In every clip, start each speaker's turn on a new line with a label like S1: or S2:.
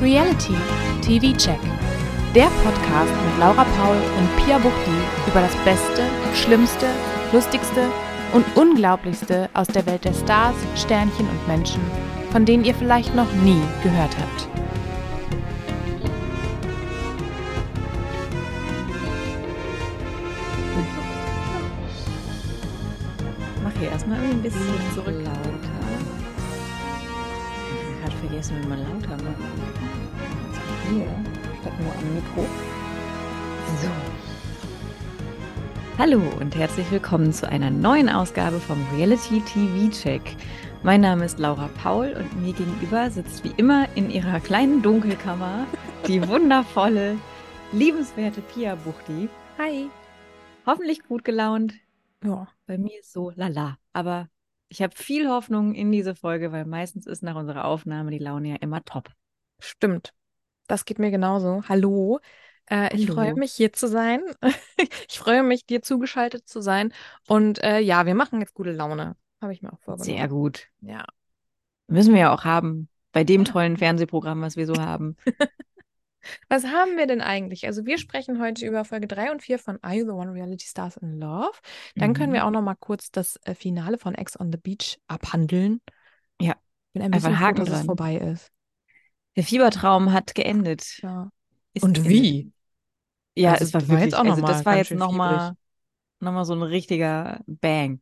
S1: Reality TV Check. Der Podcast mit Laura Paul und Pia Buchti über das Beste, Schlimmste, Lustigste und Unglaublichste aus der Welt der Stars, Sternchen und Menschen, von denen ihr vielleicht noch nie gehört habt.
S2: Mach hier erstmal irgendwie ein bisschen zurück. Lauter. Ich habe vergessen, wie man lauter macht. Also hier, statt nur am Mikro. So. Hallo und herzlich willkommen zu einer neuen Ausgabe vom Reality TV Check. Mein Name ist Laura Paul und mir gegenüber sitzt wie immer in ihrer kleinen Dunkelkammer die wundervolle, liebenswerte Pia Buchti.
S1: Hi.
S2: Hoffentlich gut gelaunt,
S1: Ja.
S2: bei mir ist so lala. Aber ich habe viel Hoffnung in diese Folge, weil meistens ist nach unserer Aufnahme die Laune ja immer top.
S1: Stimmt. Das geht mir genauso. Hallo. Äh, ich
S2: Hallo.
S1: freue mich, hier zu sein. ich freue mich, dir zugeschaltet zu sein. Und äh, ja, wir machen jetzt gute Laune. Habe ich mir auch vorgenommen.
S2: Sehr gut.
S1: Ja.
S2: Müssen wir ja auch haben. Bei dem
S1: Ja.
S2: tollen Fernsehprogramm, was wir so haben.
S1: Was haben wir denn eigentlich? Also wir sprechen heute über Folge 3 und 4 von Are You the One Reality Stars in Love? Dann können
S2: Mhm.
S1: wir auch noch mal kurz das äh, Finale von Ex on the Beach abhandeln.
S2: Ja.
S1: Bin ein
S2: Einfach
S1: bisschen
S2: einen Haken
S1: froh, dass es
S2: dran.
S1: vorbei ist.
S2: Der Fiebertraum hat geendet.
S1: Ja.
S2: Ist
S1: Und
S2: geendet.
S1: wie?
S2: Ja,
S1: Also,
S2: es war
S1: das war jetzt
S2: wirklich,
S1: auch noch
S2: also
S1: mal
S2: das war
S1: ganz
S2: jetzt
S1: schön
S2: nochmal noch mal so ein richtiger Bang.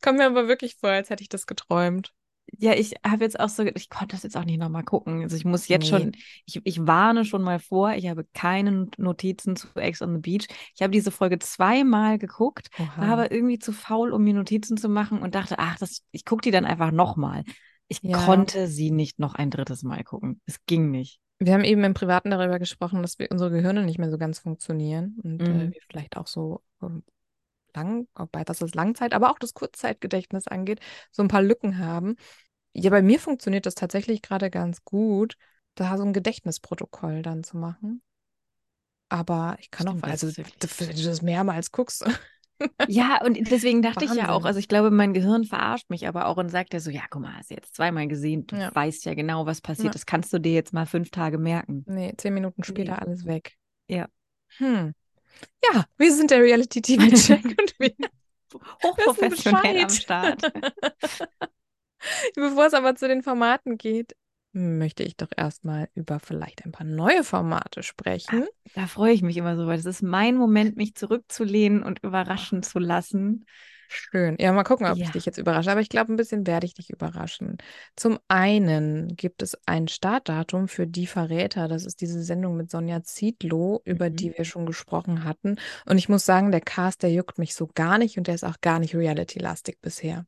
S1: Kommt mir aber wirklich vor, als hätte ich das geträumt.
S2: Ja, ich habe jetzt auch so, ge- ich konnte das jetzt auch nicht nochmal gucken. Also ich muss jetzt
S1: Nee.
S2: schon, ich, ich warne schon mal vor, ich habe keine Notizen zu Ex on the Beach. Ich habe diese Folge zweimal geguckt. war
S1: Oha.
S2: aber irgendwie zu faul, um mir Notizen zu machen und dachte, ach, das, ich gucke die dann einfach nochmal. Ich
S1: Ja.
S2: konnte sie nicht noch ein drittes Mal gucken. Es ging nicht.
S1: Wir haben eben im Privaten darüber gesprochen, dass wir, unsere Gehirne nicht mehr so ganz funktionieren und äh,
S2: Mhm.
S1: wir vielleicht auch so ähm, lang, wobei das das Langzeit, aber auch das Kurzzeitgedächtnis angeht, so ein paar Lücken haben. Ja, bei mir funktioniert das tatsächlich gerade ganz gut, da so ein Gedächtnisprotokoll dann zu machen. Aber ich kann auch,
S2: Stimmt, das
S1: also
S2: ist wirklich-
S1: d- wenn du das mehrmals guckst,
S2: Ja, und deswegen dachte ich ja auch,
S1: Wahnsinn.
S2: also ich glaube, mein Gehirn verarscht mich aber auch und sagt ja so, ja, guck mal, hast du jetzt zweimal gesehen, du
S1: Ja.
S2: weißt ja genau, was passiert.
S1: Ja.
S2: Das kannst du dir jetzt mal fünf Tage merken.
S1: nee, zehn Minuten später alles weg.
S2: Ja.
S1: Hm. Ja, wir sind der Reality-TV-Check und wir
S2: Hochprofessionell am
S1: Bescheid.
S2: Start.
S1: Bevor es aber zu den Formaten geht, möchte ich doch erstmal über vielleicht ein paar neue Formate sprechen.
S2: Da freue ich mich immer so, weil das ist mein Moment, mich zurückzulehnen und überraschen zu lassen.
S1: Schön. Ja, mal gucken, ob ich
S2: Ja.
S1: dich jetzt überrasche. Aber ich glaube, ein bisschen werde ich dich überraschen. Zum einen gibt es ein Startdatum für Die Verräter. Das ist diese Sendung mit Sonja Zietlow, über
S2: Mhm.
S1: die wir schon gesprochen hatten. Und ich muss sagen, der Cast, der juckt mich so gar nicht und der ist auch gar nicht reality-lastig bisher.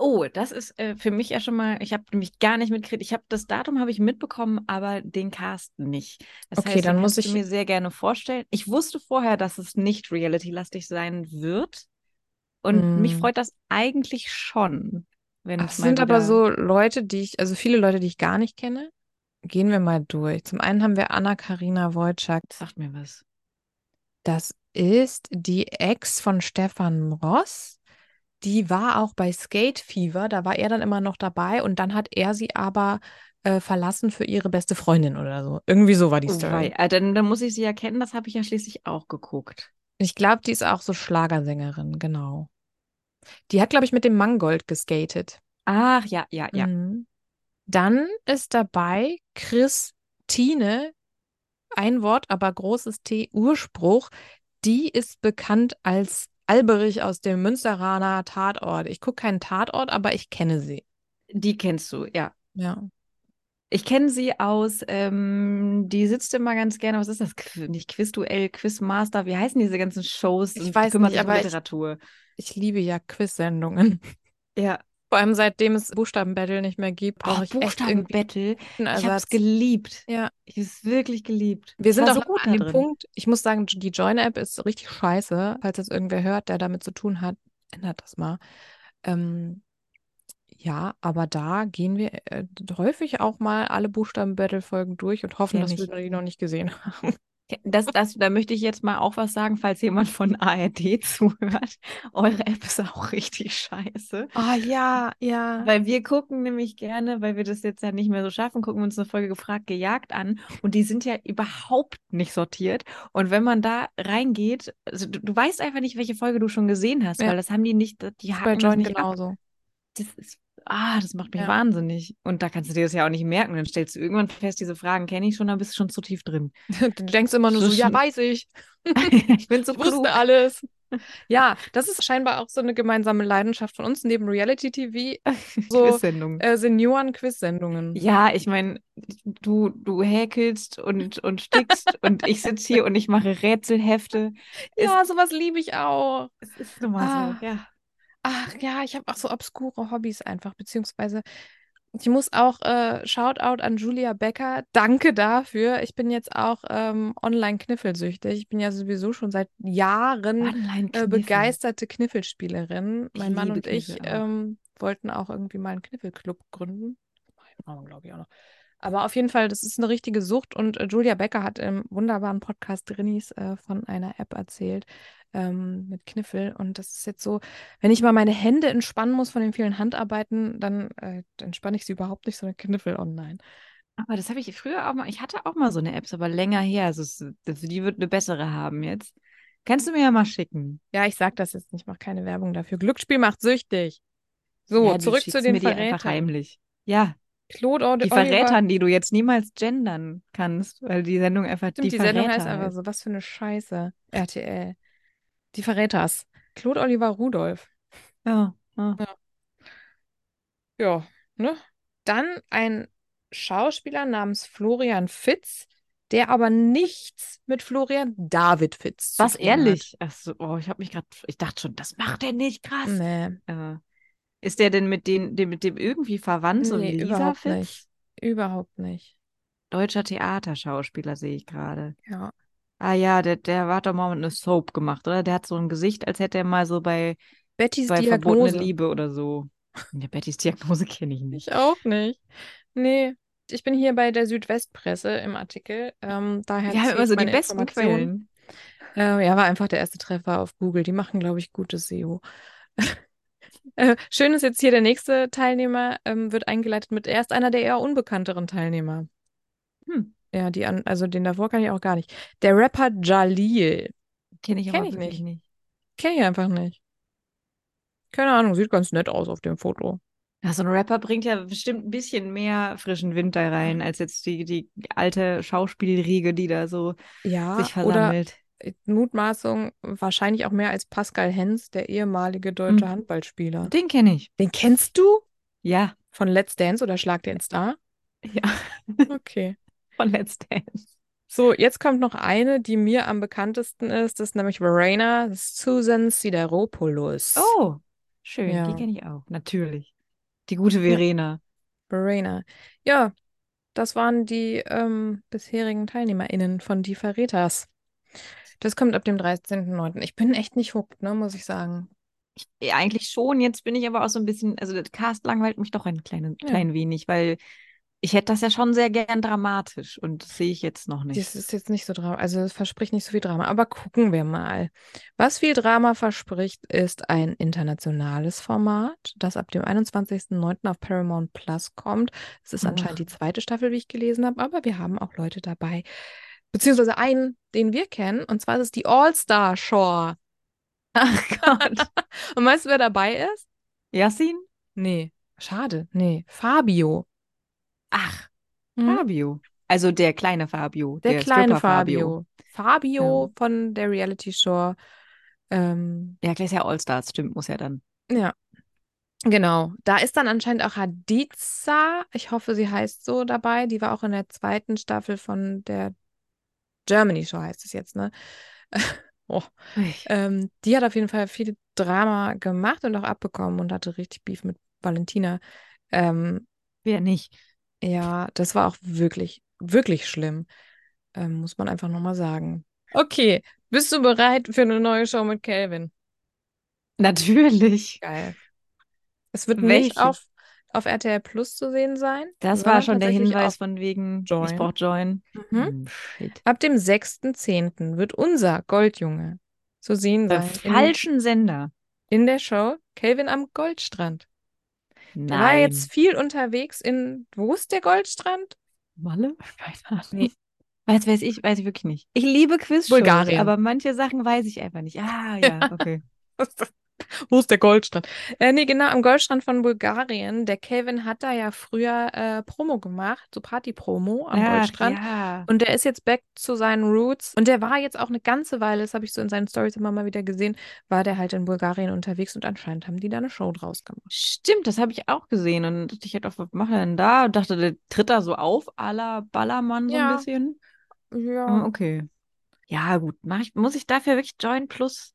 S2: Oh, das ist äh, für mich ja schon mal, ich habe nämlich gar nicht mitgekriegt. Ich habe das Datum habe ich mitbekommen, aber den Cast nicht. Das
S1: Okay,
S2: heißt, den
S1: dann muss
S2: kannst du
S1: ich-
S2: mir sehr gerne vorstellen. Ich wusste vorher, dass es nicht reality-lastig sein wird. Und mich
S1: Mm.
S2: freut das eigentlich schon, wenn
S1: Ach,
S2: es
S1: Um Es
S2: mal
S1: sind aber
S2: wieder-
S1: so Leute, die ich, also viele Leute, die ich gar nicht kenne. Gehen wir mal durch. Zum einen haben wir Anna-Karina Wojcik.
S2: Sagt mir was.
S1: Das ist die Ex von Stefan Ross. Die war auch bei Skate Fever. Da war er dann immer noch dabei und dann hat er sie aber äh, verlassen für ihre beste Freundin oder so. Irgendwie so war die
S2: Oh, wei.
S1: Story.
S2: Ah, dann, dann muss ich sie ja kennen, das habe ich ja schließlich auch geguckt.
S1: Ich glaube, die ist auch so Schlagersängerin, genau. Die hat, glaube ich, mit dem Mangold geskatet.
S2: Ach ja, ja, ja.
S1: Mhm. Dann ist dabei Christine, ein Wort, aber großes T, Urspruch. Die ist bekannt als Alberich aus dem Münsteraner Tatort. Ich gucke keinen Tatort, aber ich kenne sie.
S2: Die kennst du, ja.
S1: Ja.
S2: Ich kenne sie aus, ähm, die sitzt immer ganz gerne, was ist das? Qu- Nicht Quizduell, Quizmaster, wie heißen diese ganzen Shows?
S1: Ich
S2: Und
S1: weiß
S2: kümmert
S1: nicht,
S2: sich um
S1: aber ich-
S2: Literatur.
S1: Ich liebe ja Quiz-Sendungen.
S2: Ja,
S1: Vor allem seitdem es Buchstabenbattle nicht mehr gibt, brauche
S2: oh,
S1: ich echt irgendwie
S2: Buchstabenbattle.
S1: einen
S2: Ich habe
S1: Ersatz.
S2: es geliebt.
S1: Ja.
S2: Ich habe es wirklich geliebt.
S1: Wir
S2: Ich
S1: sind
S2: war
S1: auch
S2: so gut
S1: an
S2: da
S1: dem
S2: drin.
S1: Punkt, ich muss sagen, die Join-App ist richtig scheiße. Falls jetzt irgendwer hört, der damit zu tun hat, ändert das mal. Ähm, ja, aber da gehen wir äh, häufig auch mal alle Buchstaben-Battle-Folgen durch und hoffen,
S2: Kenn
S1: dass wir
S2: ich.
S1: die noch nicht gesehen haben.
S2: Das, das, da möchte ich jetzt mal auch was sagen, falls jemand von ARD zuhört. Eure App ist auch richtig scheiße.
S1: Ah ja, ja.
S2: Weil wir gucken nämlich gerne, weil wir das jetzt ja nicht mehr so schaffen, gucken wir uns eine Folge gefragt, gejagt an. Und die sind ja überhaupt nicht sortiert. Und wenn man da reingeht, also du, du weißt einfach nicht, welche Folge du schon gesehen hast,
S1: Ja.
S2: weil das haben die nicht, die
S1: Bei
S2: haken das
S1: Join genau
S2: nicht ab.
S1: genauso.
S2: Das ist, ah, das macht mich
S1: Ja.
S2: wahnsinnig. Und da kannst du dir das ja auch nicht merken. Dann stellst du irgendwann fest, diese Fragen kenne ich schon, dann bist du schon zu tief drin.
S1: Du denkst immer nur so,
S2: So
S1: ja,
S2: schlimm.
S1: weiß ich.
S2: ich bin so
S1: Ich wusste alles. Ja, das ist scheinbar auch so eine gemeinsame Leidenschaft von uns neben Reality TV, so
S2: Quiz-Sendung.
S1: äh, Senioren-Quiz-Sendungen.
S2: Ja, ich meine, du, du häkelst und, und stickst und ich sitze hier und ich mache Rätselhefte.
S1: Ja, sowas liebe ich auch.
S2: Es ist nun mal
S1: Ah,
S2: so. Ja.
S1: Ach ja, ich habe auch so obskure Hobbys einfach, beziehungsweise ich muss auch äh, Shoutout an Julia Becker. Danke dafür. Ich bin jetzt auch ähm, online kniffelsüchtig. Ich bin ja sowieso schon seit Jahren
S2: Online
S1: äh, begeisterte Kniffelspielerin.
S2: Ich
S1: mein Mann
S2: liebe
S1: und ich
S2: Kniffel auch.
S1: ähm, wollten auch irgendwie mal einen Kniffelclub gründen. Machen wir, glaube ich, auch noch. Aber auf jeden Fall, das ist eine richtige Sucht und äh, Julia Becker hat im wunderbaren Podcast Drinnies äh, von einer App erzählt ähm, mit Kniffel und das ist jetzt so, wenn ich mal meine Hände entspannen muss von den vielen Handarbeiten, dann äh, entspanne ich sie überhaupt nicht, sondern Kniffel online.
S2: Aber das habe ich früher auch mal. Ich hatte auch mal so eine App, ist aber länger her. Also es, das, die wird eine bessere haben jetzt. Kannst du mir ja mal schicken.
S1: Ja, ich sag das jetzt nicht, mach keine Werbung dafür. Glücksspiel macht süchtig. So,
S2: ja, du
S1: zurück zu
S2: schickst
S1: den
S2: mir die einfach
S1: Verrätern. oh,
S2: heimlich. Ja,
S1: Claude Oli-
S2: die
S1: Oliver-
S2: Verrätern, die du jetzt niemals gendern kannst, weil die Sendung einfach
S1: Stimmt,
S2: die,
S1: die, halt. Sendung heißt
S2: Verräter
S1: einfach so, was für eine Scheiße, RTL. Die Verräters. Claude Oliver Rudolph.
S2: Ja, ja.
S1: Ja, ne? Dann ein Schauspieler namens Florian Fitz, der aber nichts mit Florian David Fitz zu
S2: Was
S1: tun hat.
S2: ehrlich? Ach so, oh, ich habe mich gerade, ich dachte schon, das macht er nicht, krass.
S1: Nee,
S2: Äh, ist der denn mit, den, dem, mit dem irgendwie verwandt, so
S1: Nee,
S2: wie Lisa
S1: überhaupt
S2: Fitz?
S1: nicht. überhaupt nicht.
S2: Deutscher Theaterschauspieler sehe ich gerade.
S1: Ja.
S2: Ah ja, der, der hat doch mal eine Soap gemacht, oder? Der hat so ein Gesicht, als hätte er mal so bei,
S1: Bettys
S2: bei
S1: Diagnose.
S2: Verbotene Liebe oder so. Ja, Bettys Diagnose kenne ich nicht.
S1: Ich auch nicht. Nee. Ich bin hier bei der Südwestpresse im Artikel. Ähm, daher
S2: Wir haben
S1: zählt
S2: immer so die
S1: meine
S2: besten
S1: Information.
S2: Quellen.
S1: Äh, ja, war einfach der erste Treffer auf Google. Die machen, glaube ich, gutes SEO. äh, schön ist jetzt hier der nächste Teilnehmer, ähm, wird eingeleitet mit, er ist einer der eher unbekannteren Teilnehmer.
S2: Hm,
S1: Ja, die an, also den davor kann ich auch gar nicht. Der Rapper Jalil.
S2: kenne ich
S1: Kenn
S2: aber
S1: ich
S2: wirklich nicht.
S1: Kenne ich einfach nicht. Keine Ahnung, sieht ganz nett aus auf dem Foto.
S2: Ja, so ein Rapper bringt ja bestimmt ein bisschen mehr frischen Wind da rein, als jetzt die, die alte Schauspielriege, die da so
S1: Ja,
S2: sich
S1: oder
S2: versammelt.
S1: äh, Mutmaßung wahrscheinlich auch mehr als Pascal Hens, der ehemalige deutsche
S2: Mhm.
S1: Handballspieler.
S2: Den kenne ich.
S1: Hm. Den kennst du?
S2: Ja.
S1: Von Let's Dance oder Schlag den Star?
S2: Ja,
S1: Okay.
S2: von Let's Dance.
S1: So, jetzt kommt noch eine, die mir am bekanntesten ist. Das ist nämlich Verena Susan Sideropoulos.
S2: Oh, schön.
S1: Ja.
S2: Die kenne ich auch. Natürlich. Die gute Verena.
S1: Verena. Ja, das waren die ähm, bisherigen TeilnehmerInnen von Die Verräters. Das kommt ab dem 13.09. Ich bin echt nicht hooked, ne, muss ich sagen.
S2: Ja, eigentlich schon. Jetzt bin ich aber auch so ein bisschen, also das Cast langweilt mich doch ein klein,
S1: Ja.
S2: klein wenig, weil ich hätte das ja schon sehr gern dramatisch und das sehe ich jetzt noch nicht.
S1: Das ist jetzt nicht so Drama, also es verspricht nicht so viel Drama, aber gucken wir mal. Was viel Drama verspricht, ist ein internationales Format, das ab dem 21.09. auf Paramount Plus kommt. Es ist
S2: Ach.
S1: anscheinend die zweite Staffel, wie ich gelesen habe, aber wir haben auch Leute dabei, beziehungsweise einen, den wir kennen, und zwar ist es die All-Star Shore.
S2: Ach Gott.
S1: Und weißt du, wer dabei ist?
S2: Yassin?
S1: Nee, schade, nee, Fabio.
S2: Ach,
S1: Hm?
S2: Fabio. Also der kleine Fabio.
S1: Der kleine
S2: Stripper Fabio.
S1: Fabio. Fabio von der Reality Show. Ähm,
S2: Ja, gleich ist ja Allstars, stimmt, muss ja dann.
S1: Ja, genau. Da ist dann anscheinend auch Hadiza, ich hoffe, sie heißt so dabei. Die war auch in der zweiten Staffel von der Germany Show, heißt es jetzt, ne? Oh. Ähm, die hat auf jeden Fall viel Drama gemacht und auch abbekommen und hatte richtig Beef mit Valentina. Ähm,
S2: Wer nicht?
S1: ja, das war auch wirklich, wirklich schlimm. Ähm, muss man einfach nochmal sagen. Okay, bist du bereit für eine neue Show mit Calvin?
S2: Natürlich.
S1: Geil. Es wird
S2: Welche?
S1: nicht auf auf RTL Plus zu sehen sein.
S2: Das
S1: sondern
S2: war schon der
S1: tatsächlich
S2: Hinweis
S1: auf-
S2: von wegen,
S1: Join.
S2: ich brauche Join.
S1: Mhm.
S2: Hm, shit.
S1: Ab dem 6.10. wird unser Goldjunge zu sehen
S2: Beim
S1: sein.
S2: falschen Sender.
S1: In, in der Show Kelvin am Goldstrand. Der
S2: Nein.
S1: War jetzt viel unterwegs in, wo ist der Goldstrand?
S2: Malle? Keine Ahnung.
S1: Nee.
S2: Weiß, weiß ich, weiß ich wirklich nicht. Ich liebe Quizshows,
S1: Bulgarien.
S2: aber manche Sachen weiß ich einfach nicht. Ah, ja, okay.
S1: Wo ist der Goldstrand? Äh, nee, genau, am Goldstrand von Bulgarien. Der Kelvin hat da ja früher äh, Promo gemacht, so Party-Promo am
S2: Ach,
S1: Goldstrand.
S2: Ah, Ja.
S1: Und der ist jetzt back zu seinen Roots. Und der war jetzt auch eine ganze Weile, das habe ich so in seinen Stories immer mal wieder gesehen, war der halt in Bulgarien unterwegs und anscheinend haben die da eine Show draus gemacht.
S2: Stimmt, das habe ich auch gesehen und dachte ich halt auch, was macht er denn da? Und dachte, der tritt da so auf, à la Ballermann so
S1: Ja.
S2: ein bisschen. Ah,
S1: Ja.
S2: okay. Ja, gut. Mach ich, muss ich dafür wirklich Join Plus?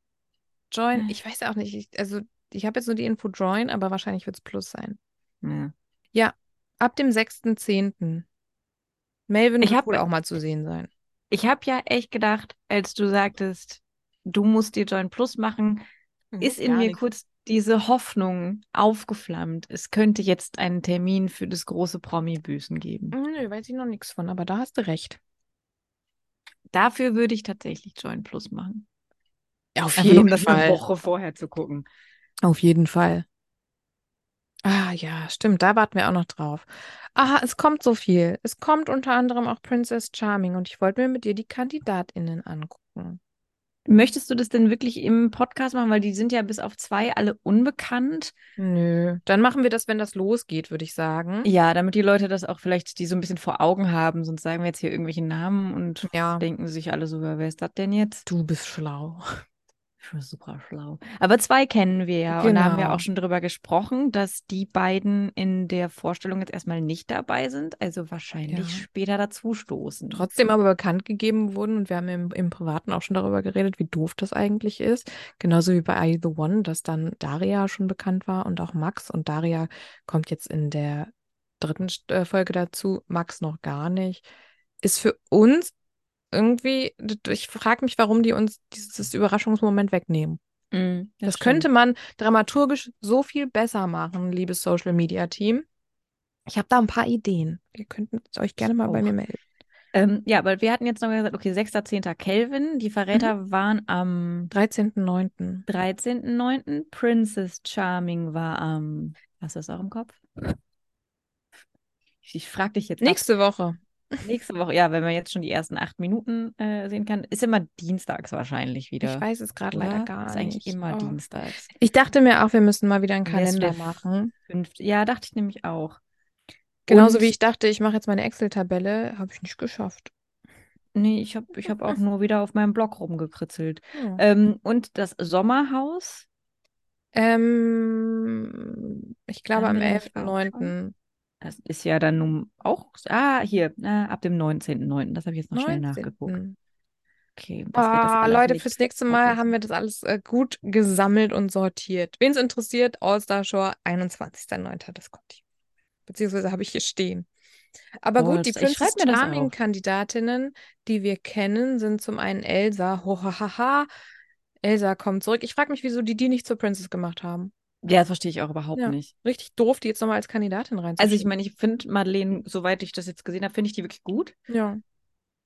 S1: Join, ich weiß auch nicht, ich, also ich habe jetzt nur die Info Join, aber wahrscheinlich wird es Plus sein.
S2: Ja.
S1: Ab dem 6.10. Melvin
S2: Ich
S1: wird
S2: hab-
S1: wohl auch mal zu sehen sein.
S2: Ich habe ja echt gedacht, als du sagtest, du musst dir Join Plus machen, ist in
S1: Hm, Gar
S2: mir
S1: nicht.
S2: kurz diese Hoffnung aufgeflammt, es könnte jetzt einen Termin für das große Promi-Büßen geben.
S1: Hm, Nö, weiß ich noch nichts von, aber da hast du recht.
S2: Dafür würde ich tatsächlich Join Plus machen.
S1: auf
S2: Einfach, um das eine Woche vorher zu gucken.
S1: Auf jeden Fall. Ah ja, stimmt, da warten wir auch noch drauf. Aha, es kommt so viel. Es kommt unter anderem auch Princess Charming und ich wollte mir mit dir die KandidatInnen angucken.
S2: Möchtest du das denn wirklich im Podcast machen? Weil die sind ja bis auf zwei alle unbekannt.
S1: Nö. Dann machen wir das, wenn das losgeht, würde ich sagen.
S2: Ja, damit die Leute das auch vielleicht die so ein bisschen vor Augen haben. Sonst sagen wir jetzt hier irgendwelche Namen und
S1: Ja.
S2: denken sich alle sogar, wer ist das denn jetzt?
S1: Du bist schlau.
S2: Schon super schlau. Aber zwei kennen wir ja und da haben wir
S1: Genau.
S2: auch schon drüber gesprochen, dass die beiden in der Vorstellung jetzt erstmal nicht dabei sind, also wahrscheinlich
S1: Ja.
S2: später dazu stoßen.
S1: Trotzdem aber bekannt gegeben wurden und wir haben im, im Privaten auch schon darüber geredet, wie doof das eigentlich ist. Genauso wie bei I The One, dass dann Daria schon bekannt war und auch Max. Und Daria kommt jetzt in der dritten St- äh, Folge dazu, Max noch gar nicht. Ist für uns irgendwie, d- ich frage mich, warum die uns dieses Überraschungsmoment wegnehmen.
S2: Mhm,
S1: Das,
S2: stimmt.
S1: könnte man dramaturgisch so viel besser machen, liebes Social Media Team. Ich habe da ein paar Ideen. Ihr könnt euch gerne mal bei
S2: auch.
S1: mir melden.
S2: Ähm, ja, aber wir hatten jetzt noch mal gesagt, okay, 6.10. Kelvin, die Verräter
S1: Mhm.
S2: waren am
S1: 13.09.
S2: 13.09., Princess Charming war am, hast du das auch im Kopf? Ich, ich frage dich jetzt ab.
S1: Nächste Woche.
S2: nächste Woche, ja, wenn man jetzt schon die ersten acht Minuten äh, sehen kann, ist immer dienstags wahrscheinlich wieder.
S1: Ich weiß es gerade
S2: Oder?
S1: leider gar
S2: Ne? ist
S1: nicht.
S2: eigentlich immer
S1: Oh.
S2: dienstags.
S1: Ich dachte mir auch, wir müssen mal wieder einen
S2: Wer ist der
S1: Kalender
S2: F-
S1: machen.
S2: Fünft. Ja, dachte ich nämlich auch.
S1: Genauso
S2: Und-
S1: wie ich dachte, ich mache jetzt meine Excel-Tabelle, habe ich nicht geschafft.
S2: Nee, ich habe ich hab auch nur wieder auf meinem Blog rumgekritzelt.
S1: Ja.
S2: Ähm, und das Sommerhaus,
S1: Ähm, ich glaube
S2: Haben
S1: am
S2: wir da nicht auch
S1: 11.09.
S2: das ist ja dann nun auch, ah, hier, na, ab dem 19.09., das habe ich jetzt noch schnell nachgeguckt.
S1: 19..
S2: Okay, dass wir das
S1: Ah,
S2: alle
S1: Leute,
S2: nicht
S1: fürs nächste Mal
S2: vergessen.
S1: haben wir das alles äh, gut gesammelt und sortiert. Wen es interessiert, All-Star Show 21.09. Das kommt hier. Beziehungsweise habe ich hier stehen. Aber
S2: Oh,
S1: gut, die
S2: das- ich schreib
S1: Princess
S2: mir das auf.
S1: Charming-Kandidatinnen, die wir kennen, sind zum einen Elsa. Hohahaha. Elsa kommt zurück. Ich frage mich, wieso die die nicht zur Princess gemacht haben.
S2: Ja, das verstehe ich auch überhaupt
S1: Ja.
S2: nicht.
S1: Richtig doof, die jetzt nochmal als Kandidatin reinzuschicken.
S2: Also ich meine, ich finde Madeleine, soweit ich das jetzt gesehen habe, finde ich die wirklich gut.
S1: Ja.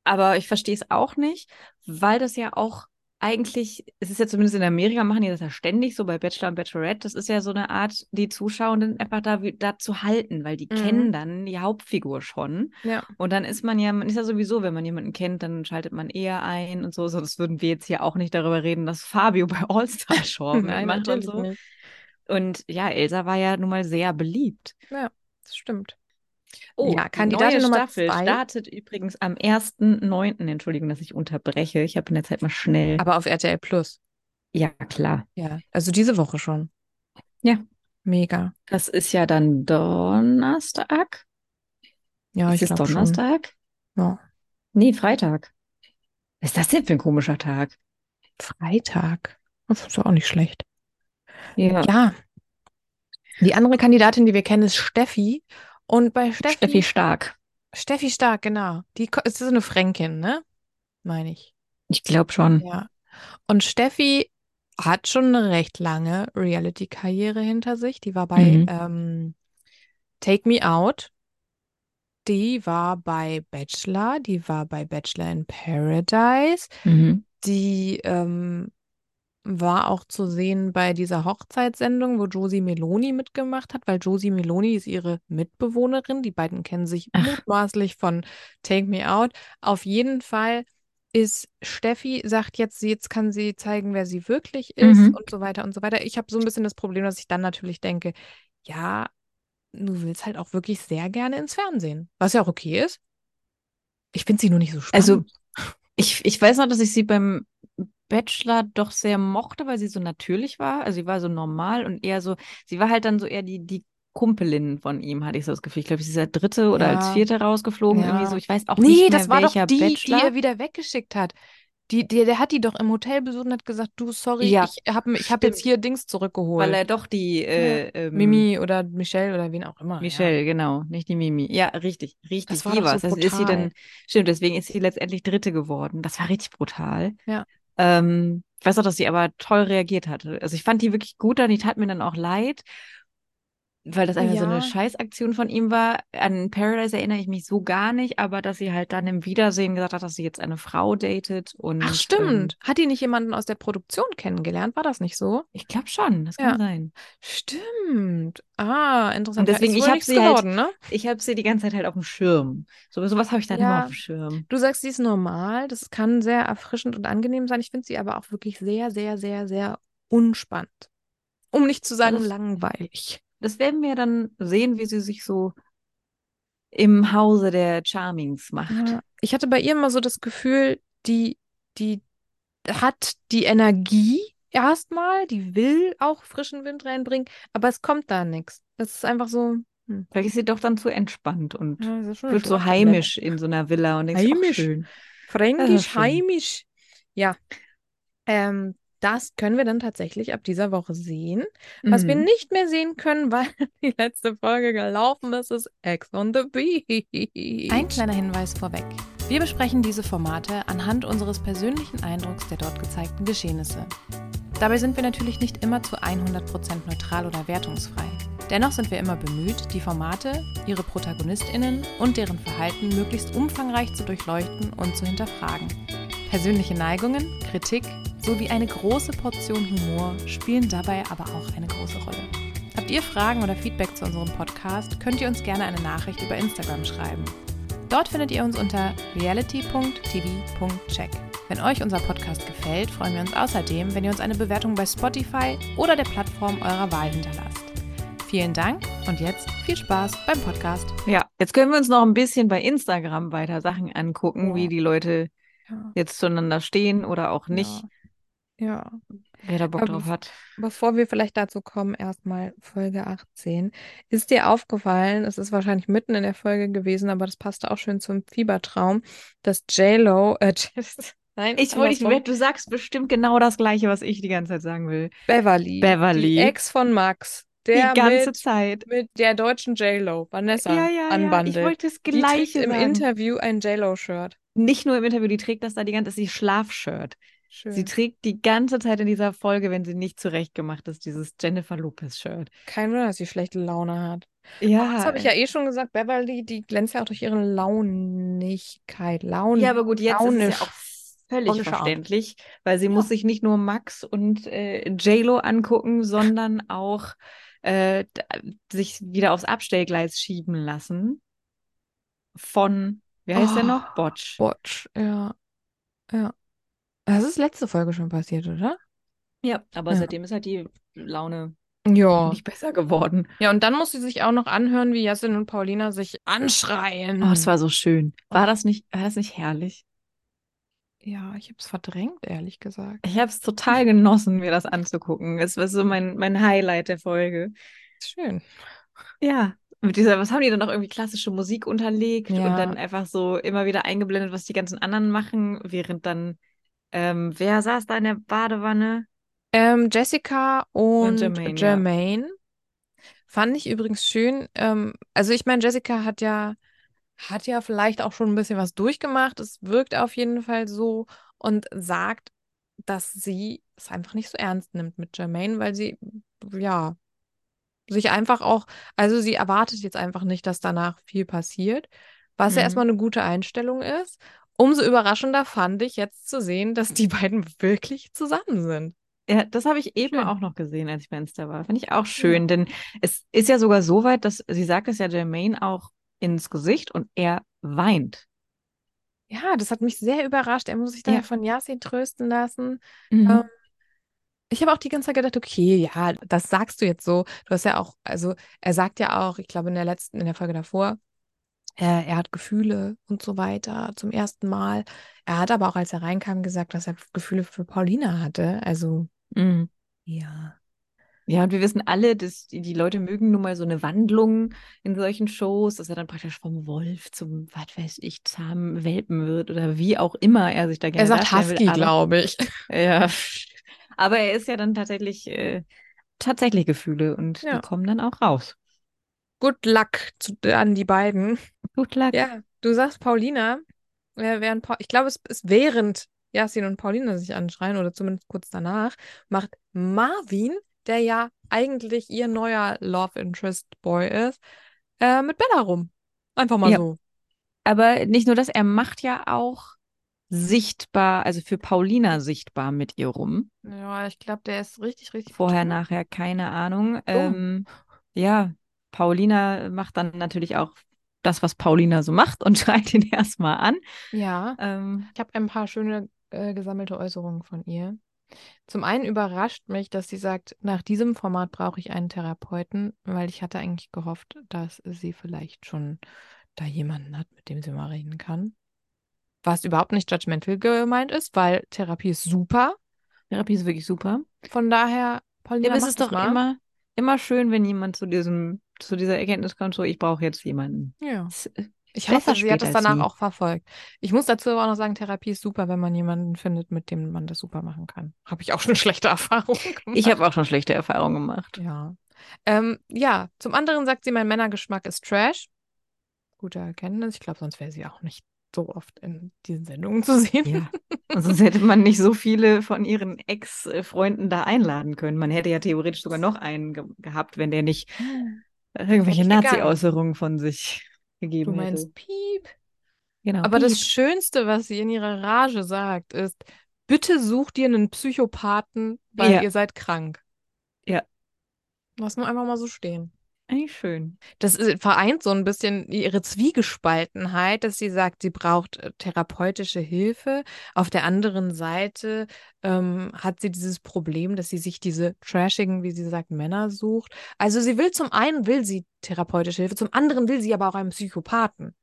S2: Aber ich verstehe es auch nicht, weil das ja auch eigentlich, es ist ja zumindest in Amerika, machen die das ja ständig so bei Bachelor und Bachelorette. Das ist ja so eine Art, die Zuschauenden einfach da, dazu halten, weil die
S1: Mhm.
S2: kennen dann die Hauptfigur schon.
S1: Ja.
S2: Und dann ist man ja, man ist ja sowieso, wenn man jemanden kennt, dann schaltet man eher ein und so. Sonst würden wir jetzt hier auch nicht darüber reden, dass Fabio bei All-Star Shore
S1: Nein,
S2: mitmacht und
S1: natürlich
S2: Oh, so.
S1: nicht.
S2: Und ja, Elsa war ja nun mal sehr beliebt.
S1: Das stimmt.
S2: Oh,
S1: Ja,
S2: die
S1: Kandidatin
S2: neue
S1: Nummer
S2: Staffel
S1: zwei.
S2: startet übrigens am 1.9. Entschuldigung, dass ich unterbreche. Ich habe in der Zeit mal schnell.
S1: Aber auf RTL Plus.
S2: ja, klar.
S1: Ja. Also diese Woche schon.
S2: Ja.
S1: Mega.
S2: Das ist ja dann Donnerstag.
S1: Ja,
S2: ist
S1: ich
S2: es
S1: glaube schon.
S2: Donnerstag?
S1: Ja.
S2: Nee, Freitag. Was ist das denn für ein komischer Tag?
S1: Freitag. Das ist doch auch nicht schlecht.
S2: Ja.
S1: Ja. Die andere Kandidatin, die wir kennen, ist Steffi. Und bei Steffi,
S2: Steffi Stark.
S1: Steffi Stark, genau. Die ko- ist so eine Fränkin, ne? Meine ich.
S2: Ich glaube schon.
S1: Ja. Und Steffi hat schon eine recht lange Reality-Karriere hinter sich. Die war bei
S2: Mhm.
S1: ähm, Take Me Out. Die war bei Bachelor, die war bei Bachelor in Paradise.
S2: Mhm.
S1: Die ähm, war auch zu sehen bei dieser Hochzeitssendung, wo Josie Meloni mitgemacht hat, weil Josie Meloni ist ihre Mitbewohnerin. Die beiden kennen sich
S2: Ach.
S1: mutmaßlich von Take Me Out. Auf jeden Fall ist Steffi, sagt jetzt, sie- jetzt kann sie zeigen, wer sie wirklich ist
S2: Mhm.
S1: und so weiter und so weiter. Ich habe so ein bisschen das Problem, dass ich dann natürlich denke, ja, du willst halt auch wirklich sehr gerne ins Fernsehen, was ja auch okay ist. Ich finde sie nur nicht so spannend.
S2: Also, ich, ich weiß noch, dass ich sie beim Bachelor doch sehr mochte, weil sie so natürlich war. Also, sie war so normal und eher so, sie war halt dann so eher die, die Kumpelin von ihm, hatte ich so das Gefühl. Ich glaube, sie ist als dritte oder
S1: Ja.
S2: als vierte rausgeflogen.
S1: Ja.
S2: Irgendwie so, ich weiß auch nicht
S1: Nee,
S2: mehr,
S1: das war doch
S2: welcher
S1: die, die
S2: Bachelor.
S1: er wieder weggeschickt hat. Die, der, der hat die doch im Hotel besucht und hat gesagt, du, sorry,
S2: Ja,
S1: ich habe ich hab jetzt
S2: stimmt.
S1: hier Dings zurückgeholt.
S2: Weil er doch die äh, ähm,
S1: Mimi oder Michelle oder wen auch immer.
S2: Michelle, genau, nicht die Mimi. Ja, richtig, richtig.
S1: Das war
S2: die
S1: doch so
S2: war's. Das ist sie
S1: brutal.
S2: dann, stimmt, deswegen ist sie letztendlich Dritte geworden. Das war richtig brutal.
S1: Ja.
S2: Ähm, ich weiß auch, dass sie aber toll reagiert hatte. Also ich fand die wirklich gut an, die tat mir dann auch leid, weil das einfach so
S1: Ja.
S2: eine Scheißaktion von ihm war. An Paradise erinnere ich mich so gar nicht, aber dass sie halt dann im Wiedersehen gesagt hat, dass sie jetzt eine Frau datet und
S1: Ach,
S2: Ähm,
S1: stimmt. Hat die nicht jemanden aus der Produktion kennengelernt? War das nicht so?
S2: ich glaube schon, das
S1: Ja.
S2: kann sein.
S1: Stimmt. Ah, interessant.
S2: Und deswegen,
S1: ja,
S2: ich
S1: ist wohl
S2: hab
S1: nichts
S2: sie halt-
S1: geworden, ne?
S2: Ich habe sie die ganze Zeit halt auf dem Schirm. So, sowas habe ich dann
S1: Ja.
S2: immer auf dem Schirm.
S1: Du sagst, sie ist normal. Das kann sehr erfrischend und angenehm sein. Ich finde sie aber auch wirklich sehr, sehr, sehr, sehr unspannend. Um nicht zu sagen
S2: Das-
S1: langweilig.
S2: Das werden wir dann sehen, wie sie sich so im Hause der Charmings macht.
S1: Ja. Ich hatte bei ihr immer so das Gefühl, die, die hat die Energie erstmal, die will auch frischen Wind reinbringen, aber es kommt da nichts. Das ist einfach so, hm,
S2: Vielleicht ist sie doch dann zu entspannt und
S1: ja, das ist schon eine
S2: wird so
S1: schwache Welle.
S2: heimisch in so einer Villa und denkt sich,
S1: Heimisch?
S2: "Ach, schön. Das ist
S1: Fränkisch,
S2: schön.
S1: heimisch. Ja, ähm, das können wir dann tatsächlich ab dieser Woche sehen. Was wir
S2: Mhm.
S1: nicht mehr sehen können, weil die letzte Folge gelaufen ist, ist Ex on the Beach. Ein kleiner Hinweis vorweg. Wir besprechen diese Formate anhand unseres persönlichen Eindrucks der dort gezeigten Geschehnisse. Dabei sind wir natürlich nicht immer zu 100% neutral oder wertungsfrei. Dennoch sind wir immer bemüht, die Formate, ihre Protagonistinnen und deren Verhalten möglichst umfangreich zu durchleuchten und zu hinterfragen. Persönliche Neigungen, Kritik sowie eine große Portion Humor spielen dabei aber auch eine große Rolle. Habt ihr Fragen oder Feedback zu unserem Podcast, könnt ihr uns gerne eine Nachricht über Instagram schreiben. Dort findet ihr uns unter reality.tv.check. Wenn euch unser Podcast gefällt, freuen wir uns außerdem, wenn ihr uns eine Bewertung bei Spotify oder der Plattform eurer Wahl hinterlasst. Vielen Dank und jetzt viel Spaß beim Podcast.
S2: Ja, jetzt können wir uns noch ein bisschen bei Instagram weiter Sachen angucken,
S1: Ja.
S2: wie die Leute
S1: Ja.
S2: jetzt zueinander stehen oder auch nicht,
S1: Ja.
S2: wer da Bock
S1: Aber-
S2: drauf hat.
S1: Bevor wir vielleicht dazu kommen, erstmal Folge 18. Ist dir aufgefallen, es ist wahrscheinlich mitten in der Folge gewesen, aber das passte auch schön zum Fiebertraum, dass J-Lo, äh, nein,
S2: Ich wollte, ich
S1: andersrum.
S2: wette, du sagst bestimmt genau das Gleiche, was ich die ganze Zeit sagen will.
S1: Beverly,
S2: Beverly.
S1: die Ex von Max, der
S2: die ganze
S1: mit,
S2: Zeit.
S1: mit der deutschen J-Lo, Vanessa,
S2: Ja, ja, ja. Ich
S1: anbandelt.
S2: wollte das
S1: die trägt
S2: Gleiche
S1: im
S2: sagen.
S1: Interview ein J-Lo-Shirt.
S2: Nicht nur im Interview, die trägt das da die ganze Zeit, das ist ihr Schlafshirt. Sie
S1: Schön.
S2: trägt die ganze Zeit in dieser Folge, wenn sie nicht zurechtgemacht ist, dieses Jennifer Lopez-Shirt.
S1: Kein Wunder, dass sie schlechte Laune hat.
S2: Ja. äh
S1: Das habe ich ja eh schon gesagt. Beverly, die glänzt ja auch durch ihre Launigkeit. Laun
S2: eh, ja, aber gut, jetzt ist es
S1: launisch.
S2: ja auch völlig
S1: Launische Art.
S2: verständlich, weil sie
S1: Ja.
S2: muss sich nicht nur Max und äh, J-Lo angucken, sondern auch äh, d- sich wieder aufs Abstellgleis schieben lassen von, wie heißt der
S1: Oh,
S2: noch? Botsch.
S1: Botsch, ja. Ja. Das ist letzte Folge schon passiert, oder?
S2: Ja, aber
S1: Ja. Oh.
S2: seitdem ist halt die Laune
S1: Ja.
S2: nicht besser geworden.
S1: Ja, und dann muss sie sich auch noch anhören, wie Jasmin und Paulina sich anschreien.
S2: Oh, das war so schön. War das nicht, war das nicht herrlich?
S1: Ja, ich hab's verdrängt, ehrlich gesagt.
S2: Ich habe es total genossen, mir das anzugucken. Es war so mein, mein Highlight der Folge.
S1: Schön.
S2: Ja. Mit dieser, was haben die dann noch irgendwie klassische Musik unterlegt
S1: Ja.
S2: und dann einfach so immer wieder eingeblendet, was die ganzen anderen machen, während dann, ähm, wer saß da in der Badewanne?
S1: Ähm, Jessica und,
S2: Jermaine, ja.
S1: Jermaine fand ich übrigens schön. Ähm, also ich meine, Jessica hat ja hat ja vielleicht auch schon ein bisschen was durchgemacht. Es wirkt auf jeden Fall so und sagt, dass sie es einfach nicht so ernst nimmt mit Jermaine, weil sie ja sich einfach auch, also sie erwartet jetzt einfach nicht, dass danach viel passiert, was ja
S2: Mhm.
S1: erstmal eine gute Einstellung ist. Umso überraschender fand ich jetzt zu sehen, dass die beiden wirklich zusammen sind.
S2: Ja, das habe ich eben
S1: Schön.
S2: auch noch gesehen, als ich bei Insta war. Finde ich auch schön, denn es ist ja sogar so weit, dass sie sagt es ja Jermaine auch ins Gesicht und er weint.
S1: Ja, das hat mich sehr überrascht. Er muss sich dann
S2: Ja.
S1: von Yassin trösten lassen.
S2: Ähm,
S1: Ich habe auch die ganze Zeit gedacht, okay, ja, das sagst du jetzt so. Du hast ja auch, also er sagt ja auch, ich glaube in der letzten, in der Folge davor, äh, er hat Gefühle und so weiter zum ersten Mal. Er hat aber auch, als er reinkam, gesagt, dass er Gefühle für Paulina hatte. Also
S2: mhm.
S1: ja.
S2: Ja, und wir wissen alle, dass die, die Leute mögen nun mal so eine Wandlung in solchen Shows, dass er dann praktisch vom Wolf zum, was weiß ich, zahmen Welpen wird oder wie auch immer er sich da gerne
S1: Er sagt
S2: darstellen
S1: Husky,
S2: will. Aber,
S1: glaube ich.
S2: ja. aber er ist ja dann tatsächlich, äh, tatsächlich Gefühle und
S1: Ja.
S2: die kommen dann auch raus.
S1: Good luck zu, an die beiden.
S2: Gut, luck.
S1: Ja, du sagst Paulina, äh, während Pau- ich glaube, es ist während Yasin und Paulina sich anschreien oder zumindest kurz danach, macht Marvin, der ja eigentlich ihr neuer Love Interest Boy ist, äh, mit Bella rum. Einfach mal
S2: Ja.
S1: so.
S2: Aber nicht nur das, er macht ja auch sichtbar, also für Paulina sichtbar mit ihr rum.
S1: Ja, ich glaube, der ist richtig, richtig
S2: Vorher,
S1: betrunken.
S2: nachher, keine Ahnung. Ähm, ja, Paulina macht dann natürlich auch das, was Paulina so macht und schreit ihn erstmal an.
S1: Ja.
S2: Ähm,
S1: Ich habe ein paar schöne äh, gesammelte Äußerungen von ihr. Zum einen überrascht mich, dass sie sagt, nach diesem Format brauche ich einen Therapeuten, weil ich hatte eigentlich gehofft, dass sie vielleicht schon da jemanden hat, mit dem sie mal reden kann. Was überhaupt nicht judgmental gemeint ist, weil Therapie ist super.
S2: Therapie ist wirklich super.
S1: Von daher, Paulina,
S2: Dem ist
S1: mach
S2: es
S1: das
S2: doch
S1: mal.
S2: immer, immer schön, wenn jemand zu diesem, zu dieser Erkenntnis kommt, so ich brauche jetzt jemanden.
S1: Ja.
S2: Das- äh,
S1: Ich
S2: Besser
S1: hoffe, sie hat
S2: spät
S1: das
S2: als
S1: danach
S2: nie.
S1: auch verfolgt. Ich muss dazu aber auch noch sagen, Therapie ist super, wenn man jemanden findet, mit dem man das super machen kann. Habe ich auch schon schlechte Erfahrungen gemacht.
S2: Ich habe auch schon schlechte Erfahrungen gemacht.
S1: Ja. Ähm, ja, zum anderen sagt sie, mein Männergeschmack ist Trash. Gute Erkenntnis. Ich glaube, sonst wäre sie auch nicht so oft in diesen Sendungen zu sehen.
S2: Ja. Und sonst hätte man nicht so viele von ihren Ex-Freunden da einladen können. Man hätte ja theoretisch sogar noch einen ge gehabt, wenn der nicht irgendwelche
S1: Nicht gegangen.
S2: Nazi-Äußerungen von sich
S1: Du
S2: gegeben hätte.
S1: meinst Piep.
S2: Genau.
S1: Aber das
S2: Piep.
S1: Schönste, was sie in ihrer Rage sagt, ist, bitte such dir einen Psychopathen, weil
S2: Ja.
S1: ihr seid krank.
S2: Ja.
S1: Lass mal einfach mal so stehen.
S2: eigentlich schön.
S1: Das ist, vereint so ein bisschen ihre Zwiegespaltenheit, dass sie sagt, sie braucht äh, therapeutische Hilfe. Auf der anderen Seite ähm, hat sie dieses Problem, dass sie sich diese trashigen, wie sie sagt, Männer sucht. Also sie will zum einen will sie therapeutische Hilfe, zum anderen will sie aber auch einen Psychopathen.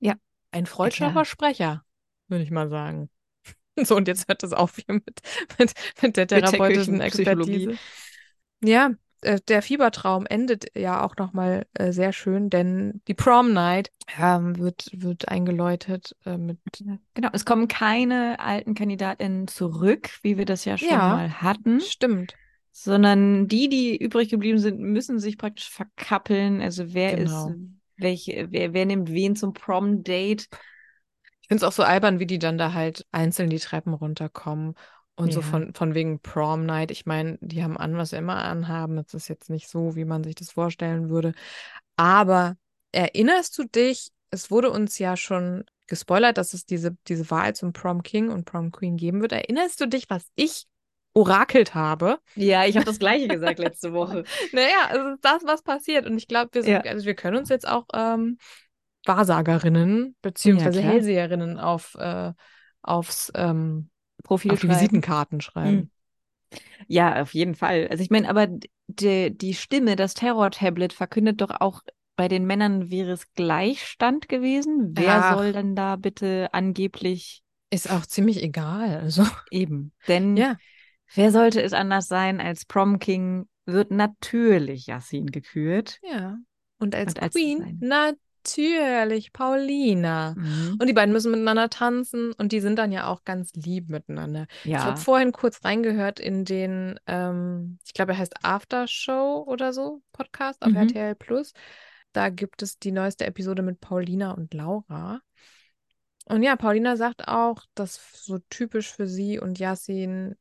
S2: Ja.
S1: Ein freudscher
S2: klar.
S1: Versprecher, würde ich mal sagen. So, und jetzt hört das auf hier mit, mit, mit der therapeutischen
S2: Küchenpsychologie.
S1: Expertise. Ja, äh, der Fiebertraum endet ja auch nochmal äh, sehr schön, denn die Prom Night ähm, wird, wird eingeläutet äh, mit.
S2: Genau, es kommen keine alten Kandidatinnen zurück, wie wir das ja schon
S1: Ja.
S2: mal hatten,
S1: Stimmt.
S2: sondern die, die übrig geblieben sind, müssen sich praktisch verkappeln. Also wer
S1: Genau.
S2: ist, welche, wer, wer nimmt wen zum Prom-Date?
S1: Ich finde es auch so albern, wie die dann da halt einzeln die Treppen runterkommen und so
S2: Ja.
S1: von, von wegen Prom Night. Ich meine, die haben an, was sie immer anhaben. Das ist jetzt nicht so, wie man sich das vorstellen würde. Aber erinnerst du dich, es wurde uns ja schon gespoilert, dass es diese, diese Wahl zum Prom King und Prom Queen geben wird. Erinnerst du dich, was ich orakelt habe?
S2: Ja, ich habe das gleiche gesagt letzte Woche.
S1: Naja, es ist das, was passiert. Und ich glaube, wir sind,
S2: Ja.
S1: also wir können uns jetzt auch ähm, Wahrsagerinnen beziehungsweise
S2: klar.
S1: Hellseherinnen auf, äh, aufs, ähm,
S2: Profil
S1: auf die
S2: schreiben. Mhm.
S1: Visitenkarten schreiben.
S2: Ja, auf jeden Fall. Also ich meine, aber die, die Stimme, das Terror-Tablet verkündet doch auch, bei den Männern wäre es Gleichstand gewesen. Wer
S1: Ach.
S2: soll denn da bitte angeblich
S1: Ist auch ziemlich egal. Also,
S2: eben? Denn
S1: Ja.
S2: wer sollte es anders sein als Prom King wird natürlich Yassin gekürt.
S1: ja. Und als
S2: Und als
S1: Queen natürlich Paulina.
S2: Mhm.
S1: Und die beiden müssen miteinander tanzen und die sind dann ja auch ganz lieb miteinander. Ich
S2: Ja,
S1: habe vorhin kurz reingehört in den, ähm, ich glaube, er heißt After Show oder so, Podcast auf
S2: Mhm.
S1: RTL Plus. Da gibt es die neueste Episode mit Paulina und Laura. Und ja, Paulina sagt auch, dass so typisch für sie und Yasin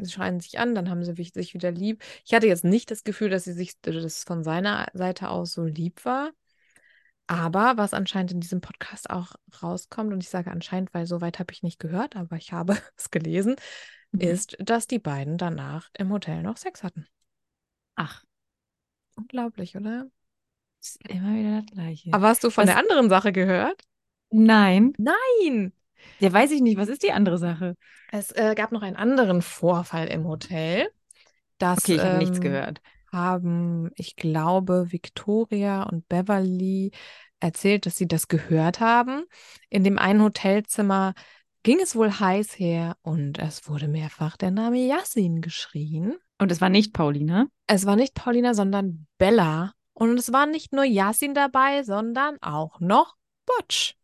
S1: sie schreien sich an, dann haben sie wich- sich wieder lieb. Ich hatte jetzt nicht das Gefühl, dass sie sich das von seiner Seite aus so lieb war. Aber was anscheinend in diesem Podcast auch rauskommt, und ich sage anscheinend, weil so weit habe ich nicht gehört, aber ich habe es gelesen,
S2: Mhm.
S1: ist, dass die beiden danach im Hotel noch Sex hatten.
S2: Ach,
S1: Unglaublich, oder?
S2: ist immer wieder das Gleiche.
S1: Aber hast du von
S2: Was-
S1: der anderen Sache gehört?
S2: nein,
S1: Nein!
S2: ja, weiß ich nicht. Was ist die andere Sache?
S1: Es äh, gab noch einen anderen Vorfall im Hotel. Das,
S2: Okay, ich habe nichts
S1: ähm,
S2: gehört.
S1: haben, ich glaube, Victoria und Beverly erzählt, dass sie das gehört haben. In dem einen Hotelzimmer ging es wohl heiß her und es wurde mehrfach der Name Yassin geschrien.
S2: Und es war nicht ne? Pauline.
S1: Es war nicht Paulina, sondern Bella. Und es war nicht nur Yassin dabei, sondern auch noch Butch.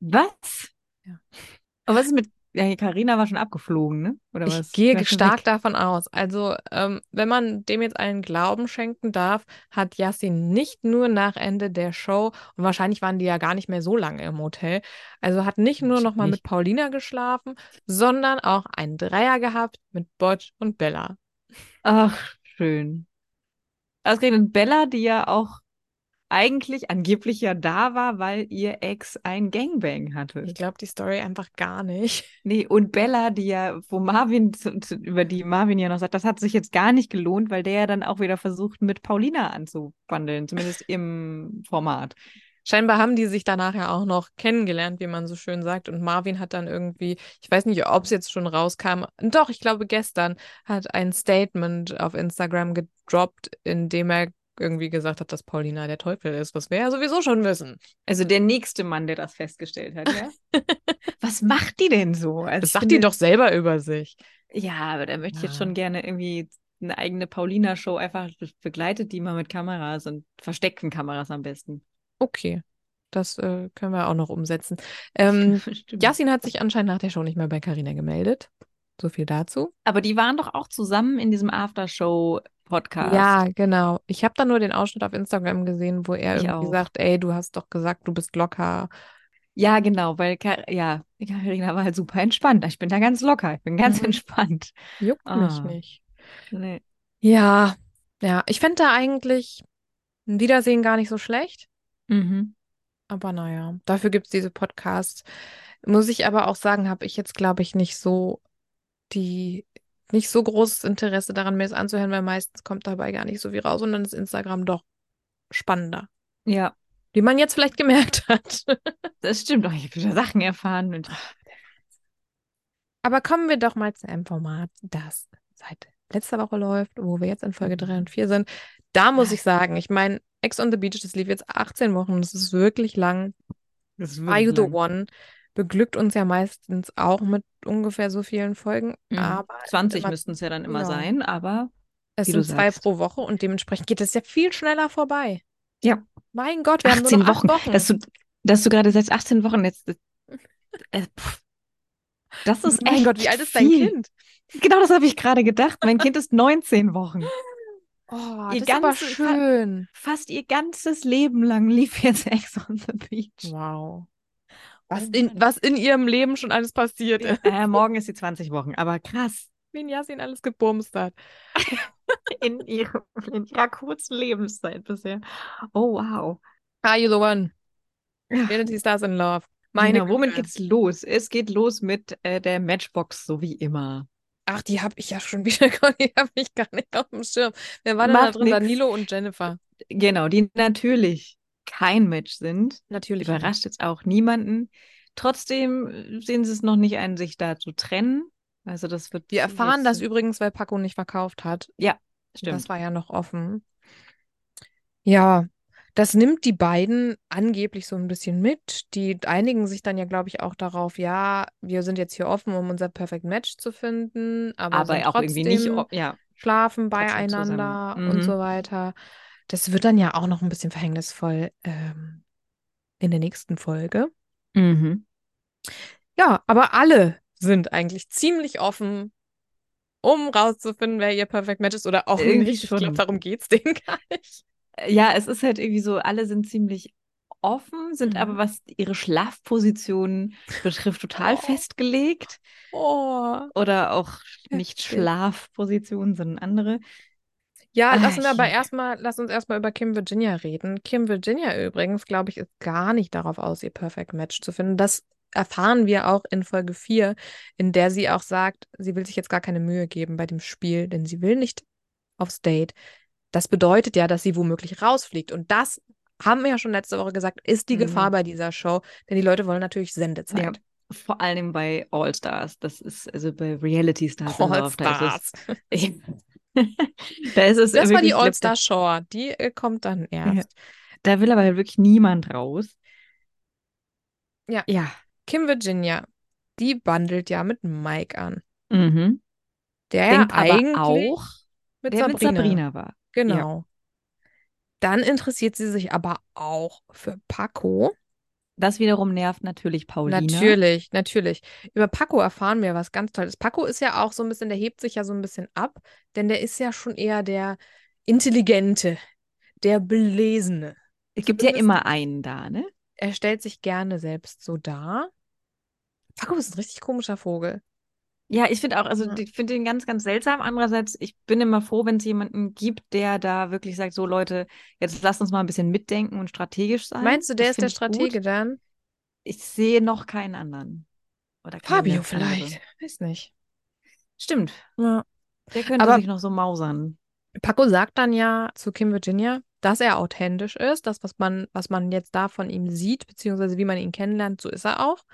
S2: Was?
S1: Ja.
S2: Und was ist mit. Ja, Karina war schon abgeflogen, ne? Oder was?
S1: Ich gehe
S2: War schon
S1: stark
S2: weg.
S1: davon aus. Also, ähm, wenn man dem jetzt einen Glauben schenken darf, hat Yassin nicht nur nach Ende der Show, und wahrscheinlich waren die ja gar nicht mehr so lange im Hotel, also hat nicht nur nochmal mit
S2: Nicht.
S1: Paulina geschlafen, sondern auch einen Dreier gehabt mit Botsch und Bella.
S2: Ach, schön. Ausgerechnet Bella, die ja auch eigentlich angeblich ja da war, weil ihr Ex ein Gangbang hatte.
S1: Ich glaube, die Story einfach gar nicht.
S2: Nee, und Bella, die ja, wo Marvin, zu, zu, über die Marvin ja noch sagt, das hat sich jetzt gar nicht gelohnt, weil der ja dann auch wieder versucht, mit Paulina anzubandeln, zumindest im Format.
S1: Scheinbar haben die sich danach ja auch noch kennengelernt, wie man so schön sagt. Und Marvin hat dann irgendwie, ich weiß nicht, ob es jetzt schon rauskam, doch, ich glaube, gestern hat ein Statement auf Instagram gedroppt, in dem er irgendwie gesagt hat, dass Paulina der Teufel ist, was wir ja sowieso schon wissen.
S2: Also der nächste Mann, der das festgestellt hat, ja? Was macht die denn so? Also
S1: Das
S2: ich
S1: sagt die
S2: finde-
S1: doch selber über sich.
S2: Ja, aber da möchte ich jetzt
S1: Ja.
S2: schon gerne irgendwie eine eigene Paulina-Show einfach be- begleitet, die mal mit Kameras und versteckten Kameras am besten.
S1: Okay, das äh, können wir auch noch umsetzen. Ähm,
S2: Stimmt.
S1: Yasin hat sich anscheinend nach der Show nicht mehr bei Carina gemeldet. So viel dazu.
S2: Aber die waren doch auch zusammen in diesem Aftershow-Podcast.
S1: Ja, genau. Ich habe da nur den Ausschnitt auf Instagram gesehen, wo er
S2: Ich
S1: irgendwie
S2: auch.
S1: sagt, ey, du hast doch gesagt, du bist locker.
S2: Ja, genau, weil Ka ja, Karina war halt super entspannt. Ich bin da ganz locker, ich bin ganz
S1: Mhm.
S2: entspannt.
S1: Juckt mich
S2: Ah.
S1: nicht.
S2: Nee.
S1: Ja, ja. Ich fände da eigentlich ein Wiedersehen gar nicht so schlecht.
S2: Mhm.
S1: Aber naja, dafür gibt es diese Podcasts. Muss ich aber auch sagen, habe ich jetzt, glaube ich, nicht so die, nicht so großes Interesse daran, mir das anzuhören, weil meistens kommt dabei gar nicht so viel raus und dann ist Instagram doch spannender.
S2: Ja,
S1: Wie man jetzt vielleicht gemerkt hat.
S2: das stimmt. Oh, ich habe wieder Sachen erfahren und
S1: Aber kommen wir doch mal zu einem Format, das seit letzter Woche läuft, wo wir jetzt in Folge 3 und 4 sind. Da muss ich sagen, ich meine, Ex on the Beach, das lief jetzt 18 Wochen, das ist wirklich lang.
S2: das ist
S1: Are You
S2: wirklich
S1: the
S2: lang.
S1: One beglückt uns ja meistens auch mit ungefähr so vielen Folgen,
S2: Mhm.
S1: aber es sind
S2: 20
S1: immer-
S2: müssten es ja dann immer
S1: Genau.
S2: sein, aber
S1: es
S2: wie du
S1: sind zwei
S2: sagst.
S1: pro Woche und dementsprechend geht es ja viel schneller vorbei.
S2: Ja.
S1: Mein Gott, wir haben nur
S2: 18
S1: noch acht
S2: Wochen. Dass du, dass du gerade sagst, 18 Wochen jetzt. Das, äh, pff. das ist
S1: Oh mein
S2: echt
S1: Gott, wie alt ist dein
S2: viel.
S1: Kind?
S2: Genau das habe ich gerade gedacht. Mein Kind ist 19 Wochen.
S1: Oh,
S2: Ihr
S1: das ist aber
S2: ganzes-
S1: schön.
S2: Fast ihr ganzes Leben lang lief jetzt Ex on the Beach.
S1: Wow. Was
S2: Oh
S1: in,
S2: Mann.
S1: was in ihrem Leben schon alles passiert ist.
S2: Äh, morgen ist sie 20 Wochen, aber krass.
S1: Wen Yasin alles gebumst hat.
S2: In ihrer, in ihrer kurzen Lebenszeit bisher. Oh, wow.
S1: Are you the one?
S2: Ja.
S1: Reality Stars in Love.
S2: Meine
S1: Meine
S2: genau, womit
S1: Güte.
S2: geht's los? Es geht los mit äh, der Matchbox, so wie immer.
S1: Ach, die habe ich ja schon wieder, die habe ich gar nicht auf dem Schirm. Wer war denn da
S2: Macht
S1: drin?
S2: nix.
S1: Danilo und Jennifer.
S2: Genau, die natürlich kein Match sind.
S1: Natürlich.
S2: Überrascht jetzt auch niemanden. Trotzdem äh, sehen sie es noch nicht ein, sich da zu trennen. Also das wird.
S1: Wir erfahren das
S2: über.
S1: übrigens, weil Paco nicht verkauft hat.
S2: Stimmt.
S1: Das war ja noch offen. Ja, das nimmt die beiden angeblich so ein bisschen mit. Die einigen sich dann ja, glaube ich, auch darauf, ja, wir sind jetzt hier offen, um unser Perfect Match zu finden, aber,
S2: Aber
S1: sind
S2: auch irgendwie nicht.
S1: trotzdem
S2: o- Ja,
S1: schlafen
S2: Trotzdem zusammen.
S1: beieinander
S2: Mhm.
S1: und so weiter. Das wird dann ja auch noch ein bisschen verhängnisvoll ähm, in der nächsten Folge.
S2: mhm.
S1: Ja, aber alle sind eigentlich ziemlich offen, um rauszufinden, wer ihr Perfect Match ist oder auch
S2: Irgendwie
S1: nicht. Ich
S2: schon. Äh,
S1: glaube, darum geht es denen gar nicht.
S2: Ja, es ist halt irgendwie so, alle sind ziemlich offen, sind
S1: Mhm.
S2: aber, was ihre Schlafposition betrifft, total
S1: Oh.
S2: festgelegt.
S1: Oh.
S2: Oder auch nicht
S1: Heftig.
S2: Schlafpositionen, sondern andere.
S1: Ja,
S2: Ah,
S1: lass uns aber
S2: ich-
S1: erstmal, lass uns erstmal über Kim Virginia reden. Kim Virginia übrigens, glaube ich, ist gar nicht darauf aus, ihr Perfect Match zu finden. Das erfahren wir auch in Folge 4, in der sie auch sagt, sie will sich jetzt gar keine Mühe geben bei dem Spiel, denn sie will nicht aufs Date. Das bedeutet ja, dass sie womöglich rausfliegt. Und das haben wir ja schon letzte Woche gesagt, ist die
S2: Mhm.
S1: Gefahr bei dieser Show, denn die Leute wollen natürlich Sendezeit.
S2: Ja. Vor allem bei All Stars. Das ist also bei Reality Stars. in Love, Da ist
S1: All-Stars.
S2: es, da ist es
S1: Das war
S2: wirklich-
S1: die All-Star-Show. Die äh, kommt dann erst.
S2: Da will aber wirklich niemand raus.
S1: Ja.
S2: Ja.
S1: Kim Virginia, die bandelt ja mit Mike an.
S2: Mhm.
S1: Der
S2: Denkt
S1: ja eigentlich
S2: aber auch,
S1: mit,
S2: der
S1: Sabrina.
S2: mit Sabrina war.
S1: Genau. Dann interessiert sie sich aber auch für Paco.
S2: Das wiederum nervt natürlich Paulina.
S1: Natürlich, natürlich. Über Paco erfahren wir was ganz Tolles. Paco ist ja auch so ein bisschen, der hebt sich ja so ein bisschen ab, denn der ist ja schon eher der Intelligente, der Belesene.
S2: Es gibt ja
S1: Zumindest-
S2: immer einen da, ne?
S1: Er stellt sich gerne selbst so dar. Paco ist ein richtig komischer Vogel.
S2: Ja, ich finde auch, also
S1: Ja.
S2: ich finde den ganz, ganz seltsam. Andererseits, ich bin immer froh, wenn es jemanden gibt, der da wirklich sagt, so Leute, jetzt lasst uns mal ein bisschen mitdenken und strategisch sein.
S1: Meinst du, der
S2: Ah, Das
S1: ist der
S2: find ich
S1: Stratege
S2: Gut.
S1: dann?
S2: Ich sehe noch keinen anderen. Oder keine
S1: Fabio
S2: andere.
S1: vielleicht. Weiß nicht.
S2: Stimmt,
S1: Ja.
S2: der könnte
S1: Aber-
S2: sich noch so mausern.
S1: Paco sagt dann ja zu Kim Virginia, dass er authentisch ist, das, was man, was man jetzt da von ihm sieht, beziehungsweise wie man ihn kennenlernt, so ist er auch.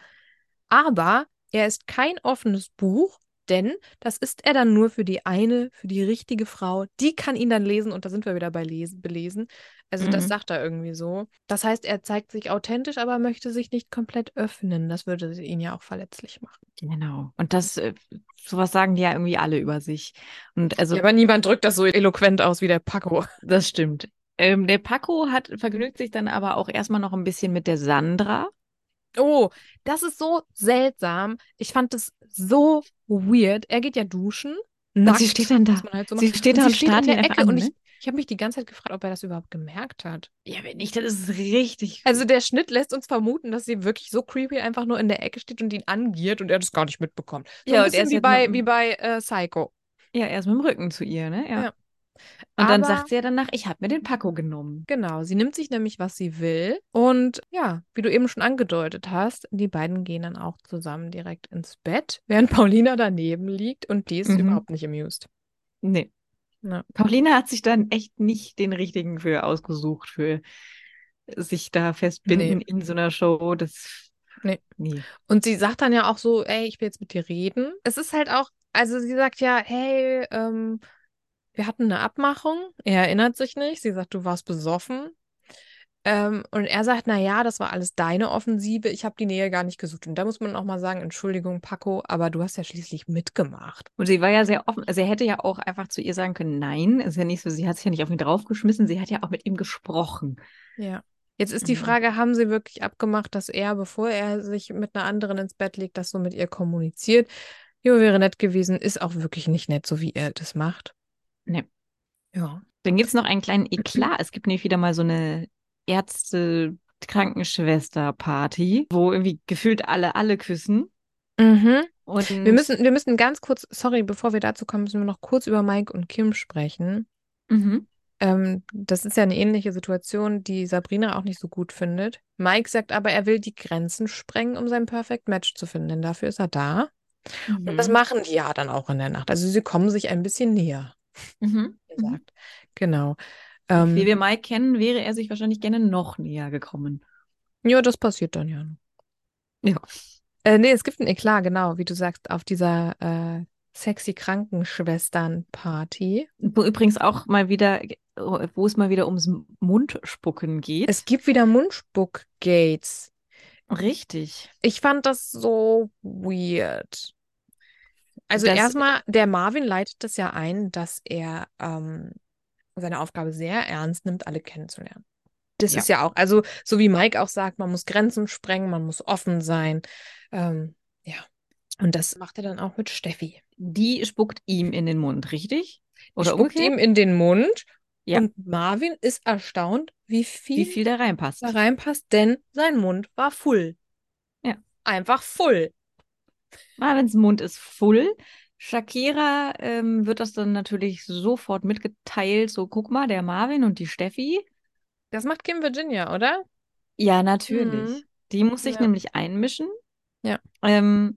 S1: Aber er ist kein offenes Buch, denn das ist er dann nur für die eine, für die richtige Frau. Die kann ihn dann lesen und da sind wir wieder bei lesen, belesen. Also das
S2: Mhm.
S1: sagt er irgendwie so. Das heißt, er zeigt sich authentisch, aber möchte sich nicht komplett öffnen. Das würde ihn ja auch verletzlich machen.
S2: Genau. Und das, äh, sowas sagen die ja irgendwie alle über sich. Und also
S1: Ja, aber niemand drückt das so eloquent aus wie der Paco.
S2: Das stimmt. Ähm, der Paco hat vergnügt sich dann aber auch erstmal noch ein bisschen mit der Sandra.
S1: Oh, das ist so seltsam. Ich fand das so weird. Er geht ja duschen.
S2: Und sie steht dann da.
S1: was man halt so
S2: Sie
S1: macht.
S2: steht da und,
S1: sie steht
S2: starrt
S1: in der
S2: ihn einfach
S1: Ecke
S2: an,
S1: und
S2: ne?
S1: ich, ich habe mich die ganze Zeit gefragt, ob er das überhaupt gemerkt hat.
S2: Ja, wenn nicht, dann ist es richtig.
S1: Also der Schnitt lässt uns vermuten, dass sie wirklich so creepy einfach nur in der Ecke steht und ihn angiert und er das gar nicht mitbekommt. So
S2: Ja,
S1: ein
S2: und er
S1: bisschen
S2: ist
S1: wie
S2: jetzt
S1: bei,
S2: noch-
S1: wie bei äh, Psycho.
S2: ja, er ist mit dem Rücken zu ihr, ne? Ja.
S1: Ja.
S2: Und dann
S1: Aber-
S2: sagt sie ja danach, ich habe mir den Paco genommen.
S1: Genau, sie nimmt sich nämlich, was sie will. Und ja, wie du eben schon angedeutet hast, die beiden gehen dann auch zusammen direkt ins Bett, während Paulina daneben liegt und die ist
S2: Mhm.
S1: überhaupt nicht amused.
S2: Nee.
S1: Ja.
S2: Paulina hat sich dann echt nicht den richtigen für ausgesucht, für sich da festbinden
S1: Nee.
S2: in so einer Show. Das.
S1: Nee.
S2: Nee.
S1: Und sie sagt dann ja auch so, ey, ich will jetzt mit dir reden. Es ist halt auch, also sie sagt ja, hey, ähm, wir hatten eine Abmachung. Er erinnert sich nicht. Sie sagt, du warst besoffen. Ähm, und er sagt, na ja, das war alles deine Offensive. Ich habe die Nähe gar nicht gesucht. Und da muss man auch mal sagen, Entschuldigung, Paco, aber du hast ja schließlich mitgemacht.
S2: Und sie war ja sehr offen. Also er hätte ja auch einfach zu ihr sagen können, nein, ist ja nicht so, sie hat sich ja nicht auf ihn draufgeschmissen, sie hat ja auch mit ihm gesprochen.
S1: Ja. Jetzt ist die
S2: Mhm.
S1: Frage, haben sie wirklich abgemacht, dass er, bevor er sich mit einer anderen ins Bett legt, das so mit ihr kommuniziert? Jo, wäre nett gewesen, ist auch wirklich nicht nett, so wie er das macht.
S2: Nee.
S1: Ja.
S2: Dann gibt es noch einen kleinen
S1: Mhm.
S2: Eklat. Es gibt nämlich wieder mal so eine Ärzte, Krankenschwester Party, wo irgendwie gefühlt alle alle küssen
S1: Mhm.
S2: und
S1: Wir müssen, wir müssen ganz kurz, sorry, bevor wir dazu kommen, müssen wir noch kurz über Mike und Kim sprechen.
S2: mhm.
S1: Ähm, das ist ja eine ähnliche Situation, die Sabrina auch nicht so gut findet. Mike sagt aber, er will die Grenzen sprengen, um sein Perfect Match zu finden, denn dafür ist er da. Und das
S2: Mhm.
S1: machen die ja dann auch in der Nacht. Also sie kommen sich ein bisschen näher,
S2: Mhm.
S1: wie
S2: Mhm.
S1: gesagt. Genau.
S2: Wie
S1: Ähm,
S2: wir Mike kennen, wäre er sich wahrscheinlich gerne noch näher gekommen.
S1: ja, das passiert dann ja. noch.
S2: Ja.
S1: Äh, nee, es gibt einen Eklat, genau, wie du sagst, auf dieser äh, sexy Krankenschwestern-Party.
S2: Wo übrigens auch mal wieder, wo es mal wieder ums Mundspucken geht.
S1: Es gibt wieder Mundspuck-Gates.
S2: Richtig.
S1: Ich fand das so weird. Also
S2: Das-
S1: erstmal, der Marvin leitet das ja ein, dass er ähm, seine Aufgabe sehr ernst nimmt, alle kennenzulernen. Das
S2: Ja.
S1: ist ja auch, also so wie Mike auch sagt, man muss Grenzen sprengen, man muss offen sein. Ähm, ja. Und das macht er dann auch mit Steffi.
S2: Die spuckt ihm in den Mund, richtig? Oder
S1: spuckt
S2: umgekehrt?
S1: ihm in den Mund
S2: Ja.
S1: Und Marvin ist erstaunt, wie viel,
S2: Wie viel da reinpasst.
S1: da reinpasst, denn sein Mund war full.
S2: Ja.
S1: Einfach full.
S2: Marvins Mund ist full. Shakira ähm, wird das dann natürlich sofort mitgeteilt. So, guck mal, der Marvin und die Steffi.
S1: Das macht Kim Virginia, oder?
S2: Ja, natürlich.
S1: Mhm.
S2: Die muss sich
S1: Ja.
S2: nämlich einmischen.
S1: Ja.
S2: Ähm,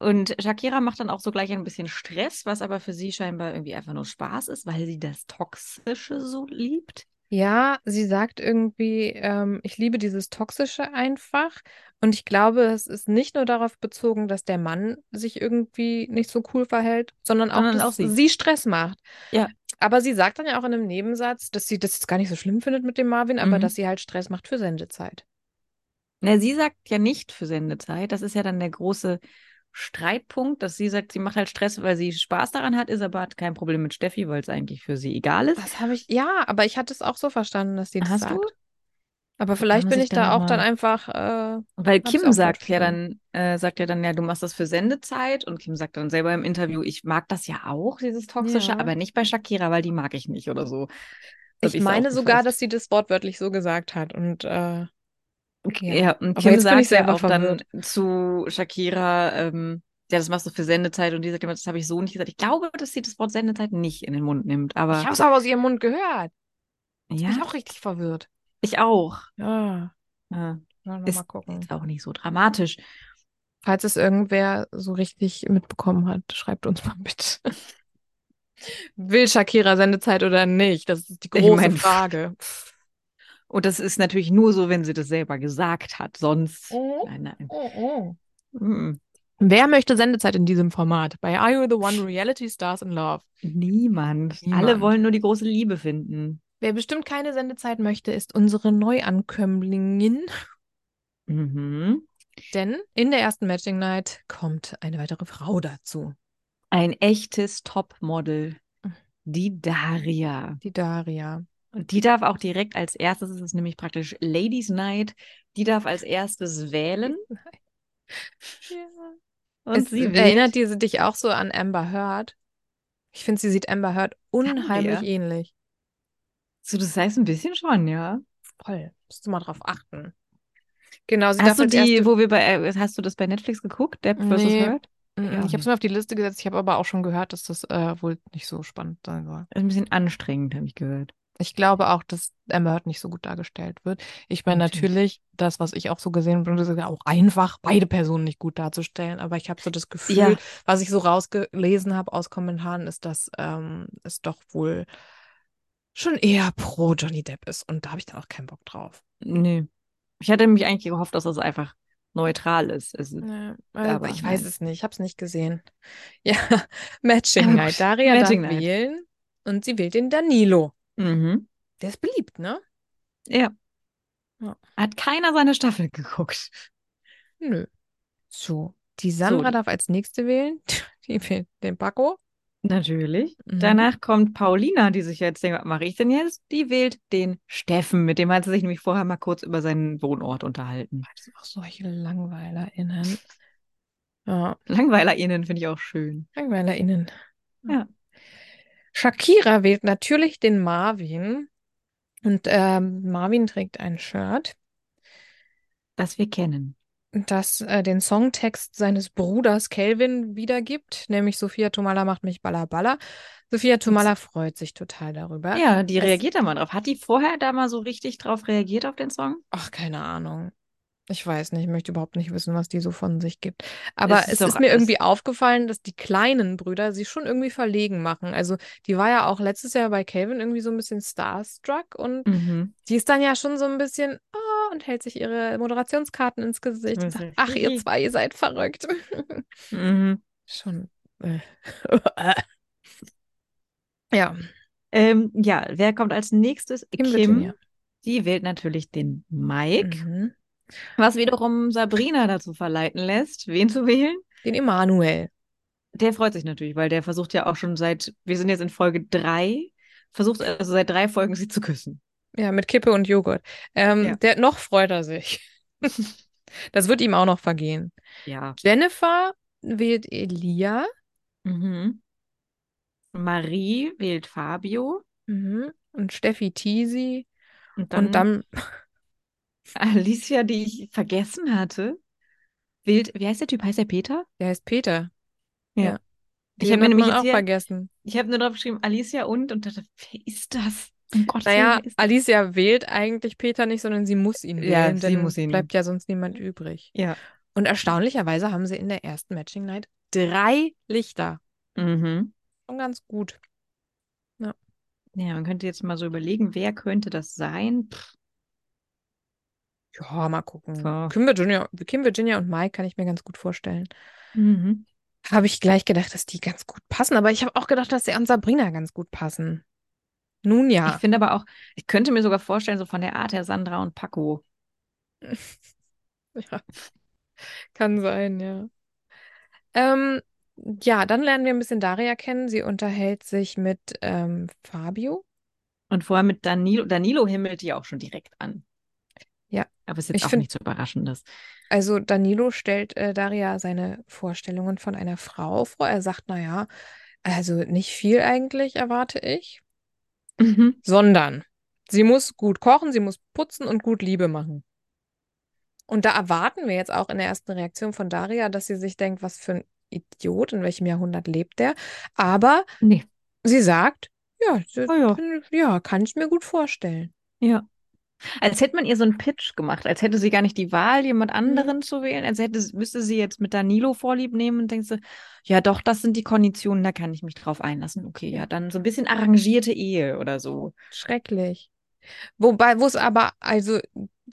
S2: und Shakira macht dann auch so gleich ein bisschen Stress, was aber für sie scheinbar irgendwie einfach nur Spaß ist, weil sie das Toxische so liebt.
S1: Ja, sie sagt irgendwie, ähm, ich liebe dieses Toxische einfach. Und ich glaube, es ist nicht nur darauf bezogen, dass der Mann sich irgendwie nicht so cool verhält, sondern auch,
S2: Sondern
S1: dass
S2: auch sie.
S1: Stress macht.
S2: Ja.
S1: Aber sie sagt dann ja auch in einem Nebensatz, dass sie das jetzt gar nicht so schlimm findet mit dem Marvin, aber
S2: Mhm.
S1: dass sie halt Stress macht für Sendezeit.
S2: Na, sie sagt ja nicht für Sendezeit. Das ist ja dann der große Streitpunkt, dass sie sagt, sie macht halt Stress, weil sie Spaß daran hat, ist aber hat kein Problem mit Steffi, weil es eigentlich für sie egal ist.
S1: Das habe ich, ja, aber ich hatte es auch so verstanden, dass sie das
S2: Hast
S1: sagt.
S2: du?
S1: Aber vielleicht
S2: muss
S1: bin
S2: ich
S1: ich
S2: dann
S1: da auch
S2: noch
S1: dann
S2: mal- Also
S1: einfach, äh,
S2: Weil
S1: Hab's auch
S2: Kim
S1: falsch
S2: sagt ja dann, äh, sagt ja dann, ja, du machst das für Sendezeit und Kim sagt dann selber im Interview, ich mag das ja auch, dieses Toxische,
S1: Ja.
S2: aber nicht bei Shakira, weil die mag ich nicht oder so. So hab
S1: ich
S2: ich's
S1: meine sogar,
S2: aufgefasst.
S1: dass sie das wortwörtlich so gesagt hat. Und äh,
S2: Okay,
S1: ja.
S2: ja, und
S1: Aber
S2: Kim
S1: jetzt bin
S2: sagt
S1: ich selber
S2: ja auch
S1: verwirrt.
S2: dann zu Shakira, ähm, ja, das machst du für Sendezeit und die sagt immer, das habe ich so nicht gesagt. Ich glaube, dass sie das Wort Sendezeit nicht in den Mund nimmt, aber
S1: ich habe es aber aus ihrem Mund
S2: ja,
S1: gehört. Bin ich auch richtig verwirrt.
S2: ich auch.
S1: Ja,
S2: Ja,
S1: mal,
S2: Ist-
S1: mal gucken.
S2: ist auch nicht so dramatisch.
S1: Falls es irgendwer so richtig mitbekommen hat, schreibt uns mal bitte. Will Shakira Sendezeit oder nicht? Das ist die
S2: Ich
S1: große
S2: mein,
S1: Frage.
S2: Und das ist natürlich nur so, wenn sie das selber gesagt hat, sonst.
S1: Oh,
S2: Nein, nein.
S1: oh, oh.
S2: Mm.
S1: Wer möchte Sendezeit in diesem Format? Bei Are You the One Reality Stars in Love?
S2: Niemand.
S1: Niemand.
S2: Alle wollen nur die große Liebe finden.
S1: Wer bestimmt keine Sendezeit möchte, ist unsere Neuankömmlingin.
S2: Mhm.
S1: Denn in der ersten Matching Night kommt eine weitere Frau dazu.
S2: Ein echtes Topmodel. Die Daria.
S1: Die Daria.
S2: Und die darf auch direkt als erstes, es ist nämlich praktisch Ladies Night, die darf als erstes wählen. Und
S1: es
S2: sie wählt.
S1: erinnert diese dich auch so an Amber Heard. Ich finde, sie sieht Amber Heard unheimlich ähnlich.
S2: So, das heißt ein bisschen schon, ja.
S1: Voll. Musst du mal drauf achten. Genau, sie darf
S2: Hast du
S1: als
S2: die,
S1: erste.
S2: wo wir bei, äh, hast du das bei Netflix geguckt? Depp vs.
S1: Nee.
S2: Heard?
S1: Mm,
S2: Ja,
S1: ich habe es mir auf die Liste gesetzt. Ich habe aber auch schon gehört, dass das äh, wohl nicht so spannend sein soll.
S2: Ist ein bisschen anstrengend, habe ich gehört.
S1: Ich glaube auch, dass Amber Heard nicht so gut dargestellt wird. Ich meine
S2: Natürlich.
S1: natürlich, das, was ich auch so gesehen habe, das ist ja auch einfach, beide Personen nicht gut darzustellen. Aber ich habe so das Gefühl,
S2: Ja.
S1: was ich so rausgelesen habe aus Kommentaren, ist, dass ähm, es doch wohl schon eher pro Johnny Depp ist. Und da habe ich dann auch keinen Bock drauf.
S2: Nee. Ich hatte mich eigentlich gehofft, dass das einfach neutral ist. Es ist
S1: aber
S2: aber
S1: ich weiß
S2: nein.
S1: es nicht, ich habe es nicht gesehen. Ja, Matching
S2: Ja,
S1: Night.
S2: gut.
S1: Daria
S2: Matching
S1: darf
S2: Night.
S1: wählen und sie wählt den Danilo.
S2: mhm.
S1: Der ist beliebt, ne?
S2: Ja.
S1: Ja.
S2: Hat keiner seine Staffel geguckt.
S1: Nö. So, die Sandra
S2: die-
S1: darf als nächste wählen. Die wählt den Paco.
S2: Natürlich.
S1: Mhm.
S2: Danach kommt Paulina, die sich jetzt denkt, was mache ich denn jetzt? Die wählt den Steffen, mit dem hat sie sich nämlich vorher mal kurz über seinen Wohnort unterhalten.
S1: Das sind auch solche LangweilerInnen. Ja,
S2: LangweilerInnen finde ich auch schön.
S1: LangweilerInnen.
S2: Ja.
S1: Shakira wählt natürlich den Marvin. Und ähm, Marvin trägt ein Shirt,
S2: Das wir kennen.
S1: das äh, den Songtext seines Bruders Calvin wiedergibt, nämlich Sophia Tomala macht mich balla balla. Sophia Tomala freut sich total darüber.
S2: Ja, die
S1: es-
S2: reagiert da mal drauf. Hat die vorher da mal so richtig drauf reagiert auf den Song?
S1: Ach, keine Ahnung. Ich weiß nicht, ich möchte überhaupt nicht wissen, was die so von sich gibt. Aber
S2: Es
S1: es
S2: ist
S1: ist,
S2: doch
S1: mir
S2: alles-
S1: irgendwie aufgefallen, dass die kleinen Brüder sie schon irgendwie verlegen machen. Also die war ja auch letztes Jahr bei Calvin irgendwie so ein bisschen starstruck und
S2: Mhm.
S1: die ist dann ja schon so ein bisschen ah, und hält sich ihre Moderationskarten ins Gesicht und
S2: Das
S1: sagt,
S2: ist
S1: ach, ihr
S2: richtig.
S1: zwei, ihr seid verrückt.
S2: Mhm.
S1: Schon. äh, Ja,
S2: Ähm, ja, wer kommt als nächstes?
S1: Kim Virginia.
S2: Die wählt natürlich den Mike,
S1: Mhm.
S2: was wiederum Sabrina dazu verleiten lässt, wen zu wählen.
S1: Den Emanuel.
S2: Der freut sich natürlich, weil der versucht ja auch schon seit, wir sind jetzt in Folge drei, versucht also seit drei Folgen sie zu küssen.
S1: Ja, mit Kippe und Joghurt. Ähm,
S2: Ja.
S1: der, noch freut er sich. Das wird ihm auch noch vergehen.
S2: Ja.
S1: Jennifer wählt Elia.
S2: Mhm. Marie wählt Fabio.
S1: Mhm. Und Steffi Tisi.
S2: Und
S1: Und dann
S2: Alicia, die ich vergessen hatte. Wild, wie heißt der Typ? Heißt der Peter?
S1: Der heißt Peter.
S2: Ja.
S1: Ich
S2: Ich hab
S1: habe
S2: mir nämlich
S1: nämlich
S2: jetzt
S1: auch
S2: hier-
S1: vergessen.
S2: Ich habe nur drauf geschrieben, Alicia und und dachte, wer ist das? Um Gottes
S1: Naja,
S2: Willen, wer ist
S1: Alicia wählt eigentlich Peter nicht, sondern sie muss ihn
S2: Ja,
S1: wählen,
S2: sie
S1: denn
S2: muss ihn-
S1: bleibt ja sonst niemand übrig.
S2: Ja.
S1: Und erstaunlicherweise haben sie in der ersten Matching Night drei Lichter.
S2: Mhm.
S1: Schon ganz gut.
S2: Ja, man könnte jetzt mal so überlegen, wer könnte das sein? Pff,
S1: Ja, mal gucken.
S2: So.
S1: Kim Virginia, Kim Virginia und Mike kann ich mir ganz gut vorstellen.
S2: Mhm.
S1: Habe ich gleich gedacht, dass die ganz gut passen, aber ich habe auch gedacht, dass sie an Sabrina ganz gut passen. Nun
S2: Ich
S1: ja.
S2: finde aber auch, ich könnte mir sogar vorstellen, so von der Art her Sandra und Paco.
S1: Ja, kann sein, ja. Ähm, ja, dann lernen wir ein bisschen Daria kennen. Sie unterhält sich mit ähm, Fabio.
S2: Und vorher mit Danilo. Danilo himmelt die auch schon direkt an.
S1: Ja.
S2: Aber ist
S1: Ich
S2: jetzt auch
S1: find-
S2: nichts Überraschendes.
S1: Also Danilo stellt äh, Daria seine Vorstellungen von einer Frau vor. Er sagt, naja, also nicht viel eigentlich erwarte ich,
S2: Mhm.
S1: sondern sie muss gut kochen, sie muss putzen und gut Liebe machen. Und da erwarten wir jetzt auch in der ersten Reaktion von Daria, dass sie sich denkt, was für ein Idiot, in welchem Jahrhundert lebt der? Aber
S2: Nee.
S1: Sie sagt, ja, das
S2: Oh ja.
S1: find- ja, kann ich mir gut vorstellen.
S2: Ja. Als hätte man ihr so einen Pitch gemacht, als hätte sie gar nicht die Wahl, jemand anderen zu wählen, als hätte, müsste sie jetzt mit Danilo Vorlieb nehmen und denkst du, ja doch, das sind die Konditionen, da kann ich mich drauf einlassen. Okay, ja, dann so ein bisschen arrangierte Ehe oder so.
S1: Schrecklich. Wobei, wo es aber also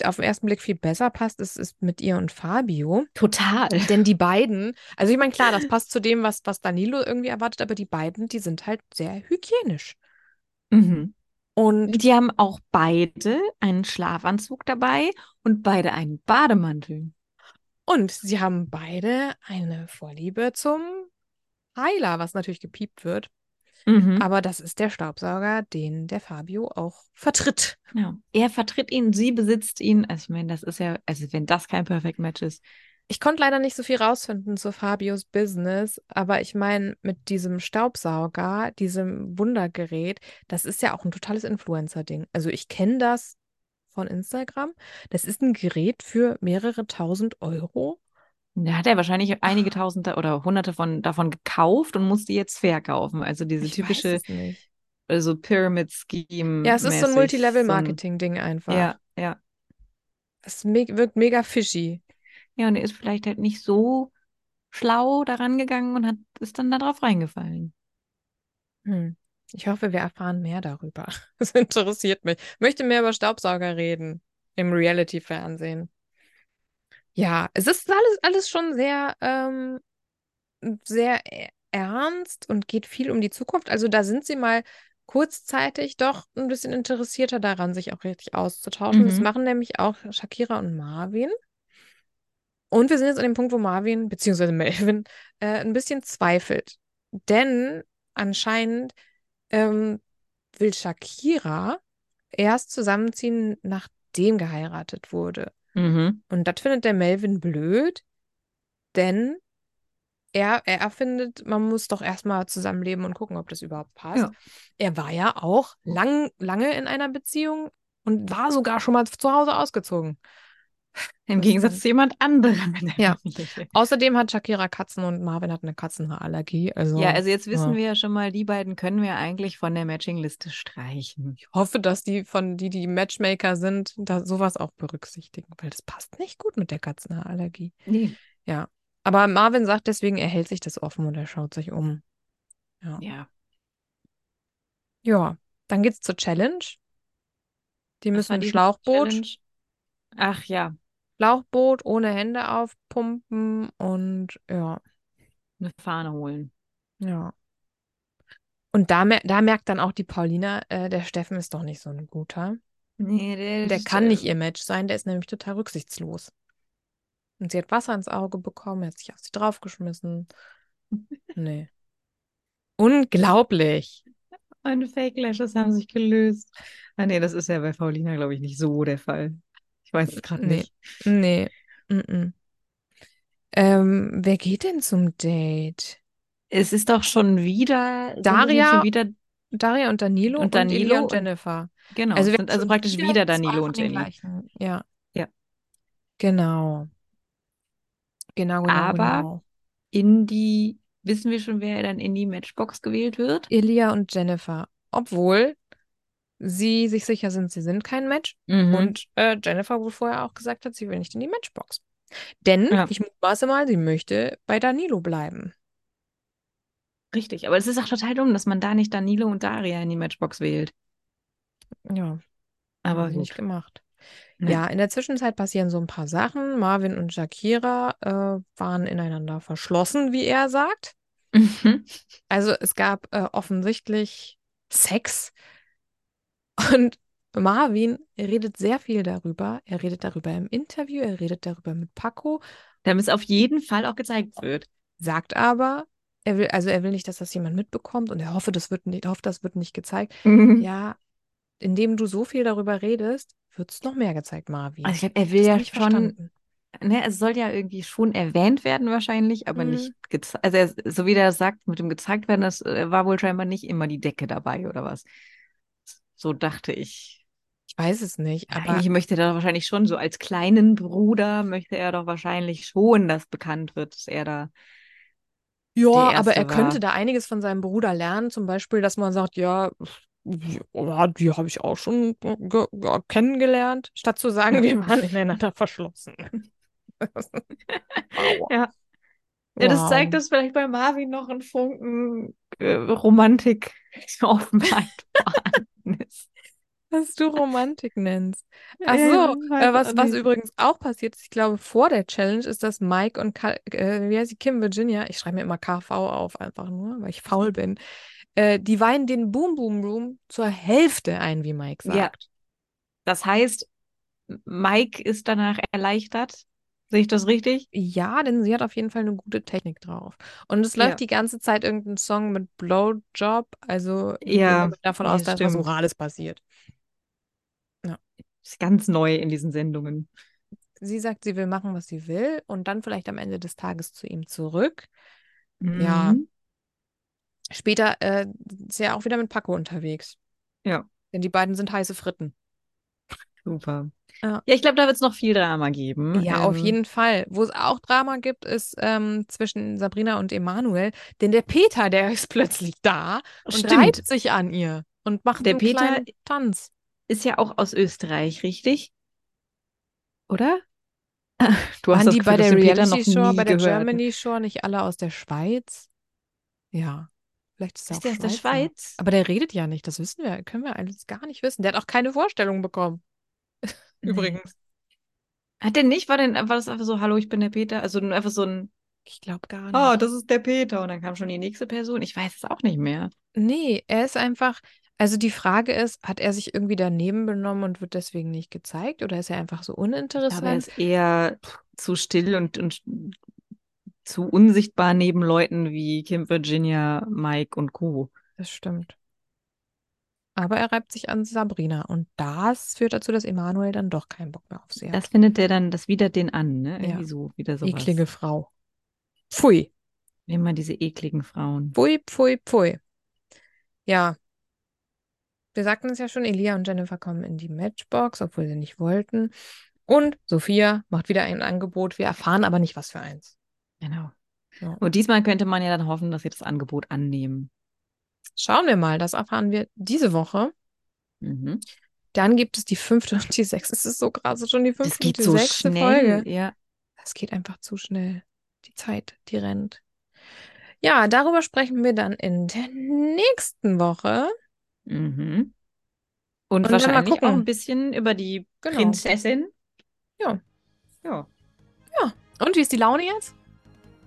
S1: auf den ersten Blick viel besser passt, ist, ist mit ihr und Fabio.
S2: Total.
S1: Denn die beiden, also ich meine, klar, das passt zu dem, was, was Danilo irgendwie erwartet, aber die beiden, die sind halt sehr hygienisch.
S2: Mhm.
S1: Und
S2: Die haben auch beide einen Schlafanzug dabei und beide einen Bademantel.
S1: Und sie haben beide eine Vorliebe zum Heiler, was natürlich gepiept wird.
S2: Mhm.
S1: Aber das ist der Staubsauger, den der Fabio auch vertritt.
S2: Genau. Er vertritt ihn, sie besitzt ihn. Also ich meine, das ist ja, also wenn das kein Perfect Match ist.
S1: Ich konnte leider nicht so viel rausfinden zu Fabios Business, aber ich meine, mit diesem Staubsauger, diesem Wundergerät, das ist ja auch ein totales Influencer-Ding. Also ich kenne das von Instagram. Das ist ein Gerät für mehrere tausend Euro.
S2: Da hat er wahrscheinlich einige Tausende oder Hunderte von davon gekauft und muss die jetzt verkaufen. Also diese
S1: Ich
S2: typische
S1: weiß es nicht.
S2: äh, so Pyramid Scheme.
S1: Ja, es ist so
S2: mäßig,
S1: ein Multilevel-Marketing-Ding einfach.
S2: ja, ja.
S1: Es me wirkt mega fishy.
S2: Ja, und er ist vielleicht halt nicht so schlau daran gegangen und hat ist dann da drauf reingefallen.
S1: Hm. Ich hoffe, wir erfahren mehr darüber. Das interessiert mich. Möchte mehr über Staubsauger reden im Reality-Fernsehen. Ja, es ist alles, alles schon sehr, ähm, sehr e- ernst und geht viel um die Zukunft. Also da sind sie mal kurzzeitig doch ein bisschen interessierter daran, sich auch richtig auszutauschen. Das
S2: Mhm.
S1: machen nämlich auch Shakira und Marvin. Und wir sind jetzt an dem Punkt, wo Marvin bzw. Melvin äh, ein bisschen zweifelt. Denn anscheinend ähm, will Shakira erst zusammenziehen, nachdem geheiratet wurde.
S2: Mhm.
S1: Und das findet der Melvin blöd, denn er, er, er findet, man muss doch erstmal zusammenleben und gucken, ob das überhaupt passt.
S2: Ja.
S1: Er war ja auch lang, lange in einer Beziehung und war sogar schon mal zu Hause ausgezogen.
S2: Im
S1: Das
S2: Gegensatz
S1: dann-
S2: zu jemand anderem. in der
S1: Ja.
S2: Familie.
S1: Außerdem hat Shakira Katzen und Marvin hat eine Katzenhaarallergie. Also
S2: Ja, also jetzt wissen
S1: Ja.
S2: wir ja schon mal, die beiden können wir eigentlich von der Matching-Liste streichen.
S1: ich hoffe, dass die von die, die Matchmaker sind, da sowas auch berücksichtigen, weil das passt nicht gut mit der Katzenhaarallergie.
S2: Nee.
S1: Aber Marvin sagt deswegen, er hält sich das offen und er schaut sich um.
S2: Ja.
S1: Ja, dann geht's zur Challenge. Die
S2: Was
S1: müssen
S2: war
S1: ein
S2: die
S1: Schlauchboot,
S2: Challenge? Ach ja,
S1: Schlauchboot ohne Hände aufpumpen und ja,
S2: eine Fahne holen.
S1: ja. Und da, mer da merkt dann auch die Paulina, äh, der Steffen ist doch nicht so ein guter.
S2: Nee, der,
S1: Der
S2: ist,
S1: kann
S2: äh,
S1: nicht ihr Match sein, der ist nämlich total rücksichtslos. Und sie hat Wasser ins Auge bekommen, er hat sich auf sie draufgeschmissen. Nee. Unglaublich.
S2: Meine Fake Lashes haben sich gelöst. Ah nee, das ist ja bei Paulina, glaube ich, nicht so der Fall. Ich weiß es gerade
S1: Nee.
S2: nicht.
S1: Nee. Mm-mm. Ähm, wer geht denn zum Date?
S2: Es ist doch schon wieder, sind das nicht
S1: Daria
S2: schon wieder
S1: Daria und Danilo
S2: Und
S1: und, Ilya
S2: Danilo
S1: und
S2: und-
S1: Jennifer.
S2: Genau, es
S1: wir
S2: sind
S1: haben
S2: also
S1: so
S2: praktisch
S1: wieder
S2: wieder
S1: zwei
S2: Danilo
S1: von
S2: und
S1: den
S2: Jenny.
S1: gleichen. Ja.
S2: Ja.
S1: Genau. Genau, genau,
S2: Aber-
S1: genau.
S2: In die, wissen wir schon, wer dann in die Matchbox gewählt wird?
S1: Ilya und Jennifer. Obwohl sie sich sicher sind, sie sind kein Match.
S2: Und
S1: Und äh, Jennifer wohl vorher auch gesagt hat, sie will nicht in die Matchbox. Denn,
S2: Ja.
S1: ich mutmaße mal, sie möchte bei Danilo bleiben.
S2: richtig, aber es ist auch total dumm, dass man da nicht Danilo und Daria in die Matchbox wählt. Also
S1: Ja,
S2: Aber
S1: haben sie nicht
S2: gut.
S1: gemacht.
S2: Nee.
S1: Ja, in der Zwischenzeit passieren so ein paar Sachen. Marvin und Shakira äh, waren ineinander verschlossen, wie er sagt.
S2: Mhm.
S1: Also es gab äh, offensichtlich Sex und Marvin redet sehr viel darüber. Er redet darüber im Interview, er redet darüber mit Paco,
S2: Damit es auf jeden Fall auch gezeigt wird.
S1: sagt aber, er will, also er will nicht, dass das jemand mitbekommt und er hoffe, das wird nicht, hofft, das wird nicht gezeigt.
S2: Ja.
S1: Ja, indem du so viel darüber redest, wird es noch mehr gezeigt, Marvin.
S2: Also ich glaube, er
S1: Das
S2: will ja
S1: hab ich
S2: schon,
S1: verstanden.
S2: ne, es soll ja irgendwie schon erwähnt werden wahrscheinlich, aber
S1: Mhm.
S2: nicht gezeigt. Also er, so wie der sagt, mit dem gezeigt werden, das äh, war wohl scheinbar nicht immer die Decke dabei oder was. So dachte ich.
S1: Ich weiß es nicht,
S2: Ja,
S1: aber
S2: Eigentlich möchte er doch wahrscheinlich schon, so als kleinen Bruder möchte er doch wahrscheinlich schon, dass bekannt wird, dass er da.
S1: Ja,
S2: die
S1: aber
S2: erste
S1: er könnte
S2: war.
S1: da einiges von seinem Bruder lernen, zum Beispiel, dass man sagt, ja, die- ja, die habe ich auch schon äh, ge ge kennengelernt, statt zu sagen, wir waren ineinander verschlossen. Wow.
S2: Ja. Ja, das zeigt,
S1: Wow.
S2: dass vielleicht bei Marvin noch ein Funken äh, Romantik offenbeit vorhanden ist.
S1: dass du Romantik nennst. Ach
S2: Ja,
S1: so,
S2: weiß
S1: äh, was,
S2: auch
S1: was
S2: nicht.
S1: übrigens auch passiert ist, ich glaube, vor der Challenge ist, dass Mike und Ka äh, wie heißt sie, Kim Virginia, ich schreibe mir immer KV auf, einfach nur, weil ich faul bin, äh, die weihen den Boom Boom Room zur Hälfte ein, wie Mike sagt.
S2: Ja. Das heißt, Mike ist danach erleichtert. Sehe ich das richtig?
S1: Ja, denn sie hat auf jeden Fall eine gute Technik drauf. Und es läuft
S2: Ja.
S1: die ganze Zeit irgendein Song mit Blowjob. Also gehen wir
S2: Ja,
S1: mal davon
S2: ja,
S1: aus, dass was
S2: stimmt.
S1: Orales passiert.
S2: Ist ganz neu in diesen Sendungen.
S1: Sie sagt, sie will machen, was sie will und dann vielleicht am Ende des Tages zu ihm zurück. Ja.
S2: Mhm.
S1: Später äh, ist er auch wieder mit Paco unterwegs.
S2: Ja.
S1: Denn die beiden sind heiße Fritten.
S2: Super.
S1: Ja.
S2: Ja, ich glaube, da wird es noch viel Drama geben.
S1: Ja, auf
S2: Ähm,
S1: jeden Fall. Wo es auch Drama gibt, ist ähm, zwischen Sabrina und Emanuel. Denn der Peter, der ist plötzlich da und
S2: Stimmt.
S1: reibt sich an ihr und macht
S2: Der
S1: einen
S2: Peter-
S1: kleinen Tanz.
S2: ist ja auch aus Österreich, richtig? Oder? Du
S1: Waren
S2: das
S1: die
S2: Gefühl, dass
S1: bei der
S2: du Peter noch
S1: Reality Show,
S2: nie
S1: bei der
S2: gehört.
S1: Germany Show nicht alle aus der Schweiz? Ja, vielleicht ist er
S2: Ist der
S1: auch
S2: aus der
S1: Schweizer.
S2: Schweiz?
S1: Aber der redet ja nicht, das wissen wir, können wir alles gar nicht wissen. Der hat auch keine Vorstellung bekommen.
S2: Nee.
S1: Übrigens,
S2: Hat der nicht? War, denn, war das einfach so, hallo, ich bin der Peter? Also nur einfach so ein,
S1: ich glaube gar nicht.
S2: ah, das ist der Peter. Und dann kam schon die nächste Person. Ich weiß es auch nicht mehr.
S1: Nee, er ist einfach, also die Frage ist, hat er sich irgendwie daneben benommen und wird deswegen nicht gezeigt oder ist er einfach so
S2: Aber er
S1: uninteressant?
S2: ist eher zu still und, und zu unsichtbar neben Leuten wie Kim Virginia, Mike und Co.
S1: Das stimmt. Aber er reibt sich an Sabrina und das führt dazu, dass Emanuel dann doch keinen Bock mehr auf sie hat.
S2: Das findet der dann, das widert den an, ne?
S1: Ja.
S2: Irgendwie so, wieder sowas.
S1: Eklige Frau. Pfui.
S2: Immer diese ekligen Frauen.
S1: Pfui, pfui, pfui. Ja. Wir sagten es ja schon, Elia und Jennifer kommen in die Matchbox, obwohl sie nicht wollten. Und Sophia macht wieder ein Angebot. Wir erfahren aber nicht, was für eins.
S2: Genau.
S1: Ja.
S2: Und diesmal könnte man ja dann hoffen, dass sie das Angebot annehmen.
S1: Schauen wir mal, das erfahren wir diese Woche.
S2: Mhm.
S1: Dann gibt es die fünfte und die sechste. Es ist so krass, schon die
S2: Das
S1: fünfte und
S2: geht
S1: die
S2: so
S1: sechste
S2: schnell.
S1: Folge.
S2: Ja.
S1: Das geht einfach zu schnell. Die Zeit, die rennt. Ja, darüber sprechen wir dann in der nächsten Woche.
S2: Mhm.
S1: Und
S2: Und,
S1: dann mal
S2: wahrscheinlich auch
S1: gucken.
S2: ein bisschen über die
S1: Genau.
S2: Prinzessin.
S1: Ja.
S2: Ja.
S1: Und wie ist die Laune jetzt?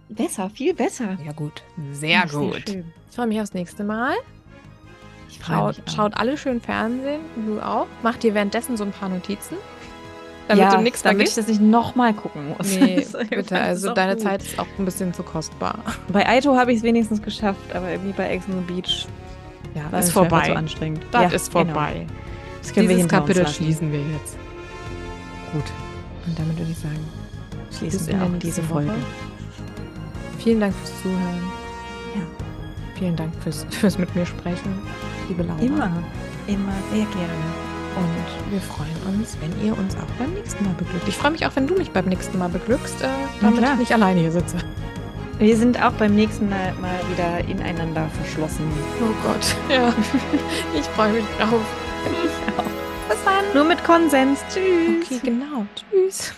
S2: Besser, viel besser.
S1: Ja, gut. Sehr gut.
S2: schön.
S1: Ich freue mich aufs nächste Mal.
S2: Ich freue
S1: Schaut,
S2: mich. auch.
S1: schaut alle schön Fernsehen, du auch. Macht dir währenddessen so ein paar Notizen, damit
S2: ja,
S1: du nichts
S2: damit
S1: vergisst.
S2: ich das nicht nochmal gucken muss.
S1: Nee,
S2: Also, ich fand
S1: bitte,
S2: das
S1: also
S2: auch
S1: deine
S2: gut.
S1: Zeit ist auch ein bisschen zu kostbar.
S2: Bei Aito habe ich es wenigstens geschafft, aber irgendwie bei Ex on the Beach
S1: Ja,
S2: war
S1: ist
S2: es mir einfach
S1: vorbei.
S2: zu anstrengend.
S1: das
S2: Ja,
S1: ist vorbei.
S2: Genau. Das können wir
S1: Dieses
S2: hinter uns
S1: Kapitel
S2: lassen.
S1: schließen wir jetzt.
S2: Gut,
S1: Und damit würde ich sagen, bis
S2: schließen
S1: in
S2: wir
S1: der
S2: auch diese
S1: nächsten
S2: Folge.
S1: Woche. vielen Dank fürs Zuhören.
S2: Ja.
S1: Vielen Dank fürs, fürs mit mir sprechen. liebe Laura.
S3: Immer, immer sehr gerne.
S1: Und wir freuen uns, wenn ihr uns auch beim nächsten Mal beglückt. Ich freue mich auch, wenn du mich beim nächsten Mal beglückst, äh, damit
S3: klar.
S1: ich nicht alleine hier sitze.
S2: Wir sind auch beim nächsten Mal mal wieder ineinander verschlossen.
S1: Oh Gott, ja. ich freue mich drauf.
S2: Nur mit Konsens. Tschüss.
S1: Okay, genau. Tschüss.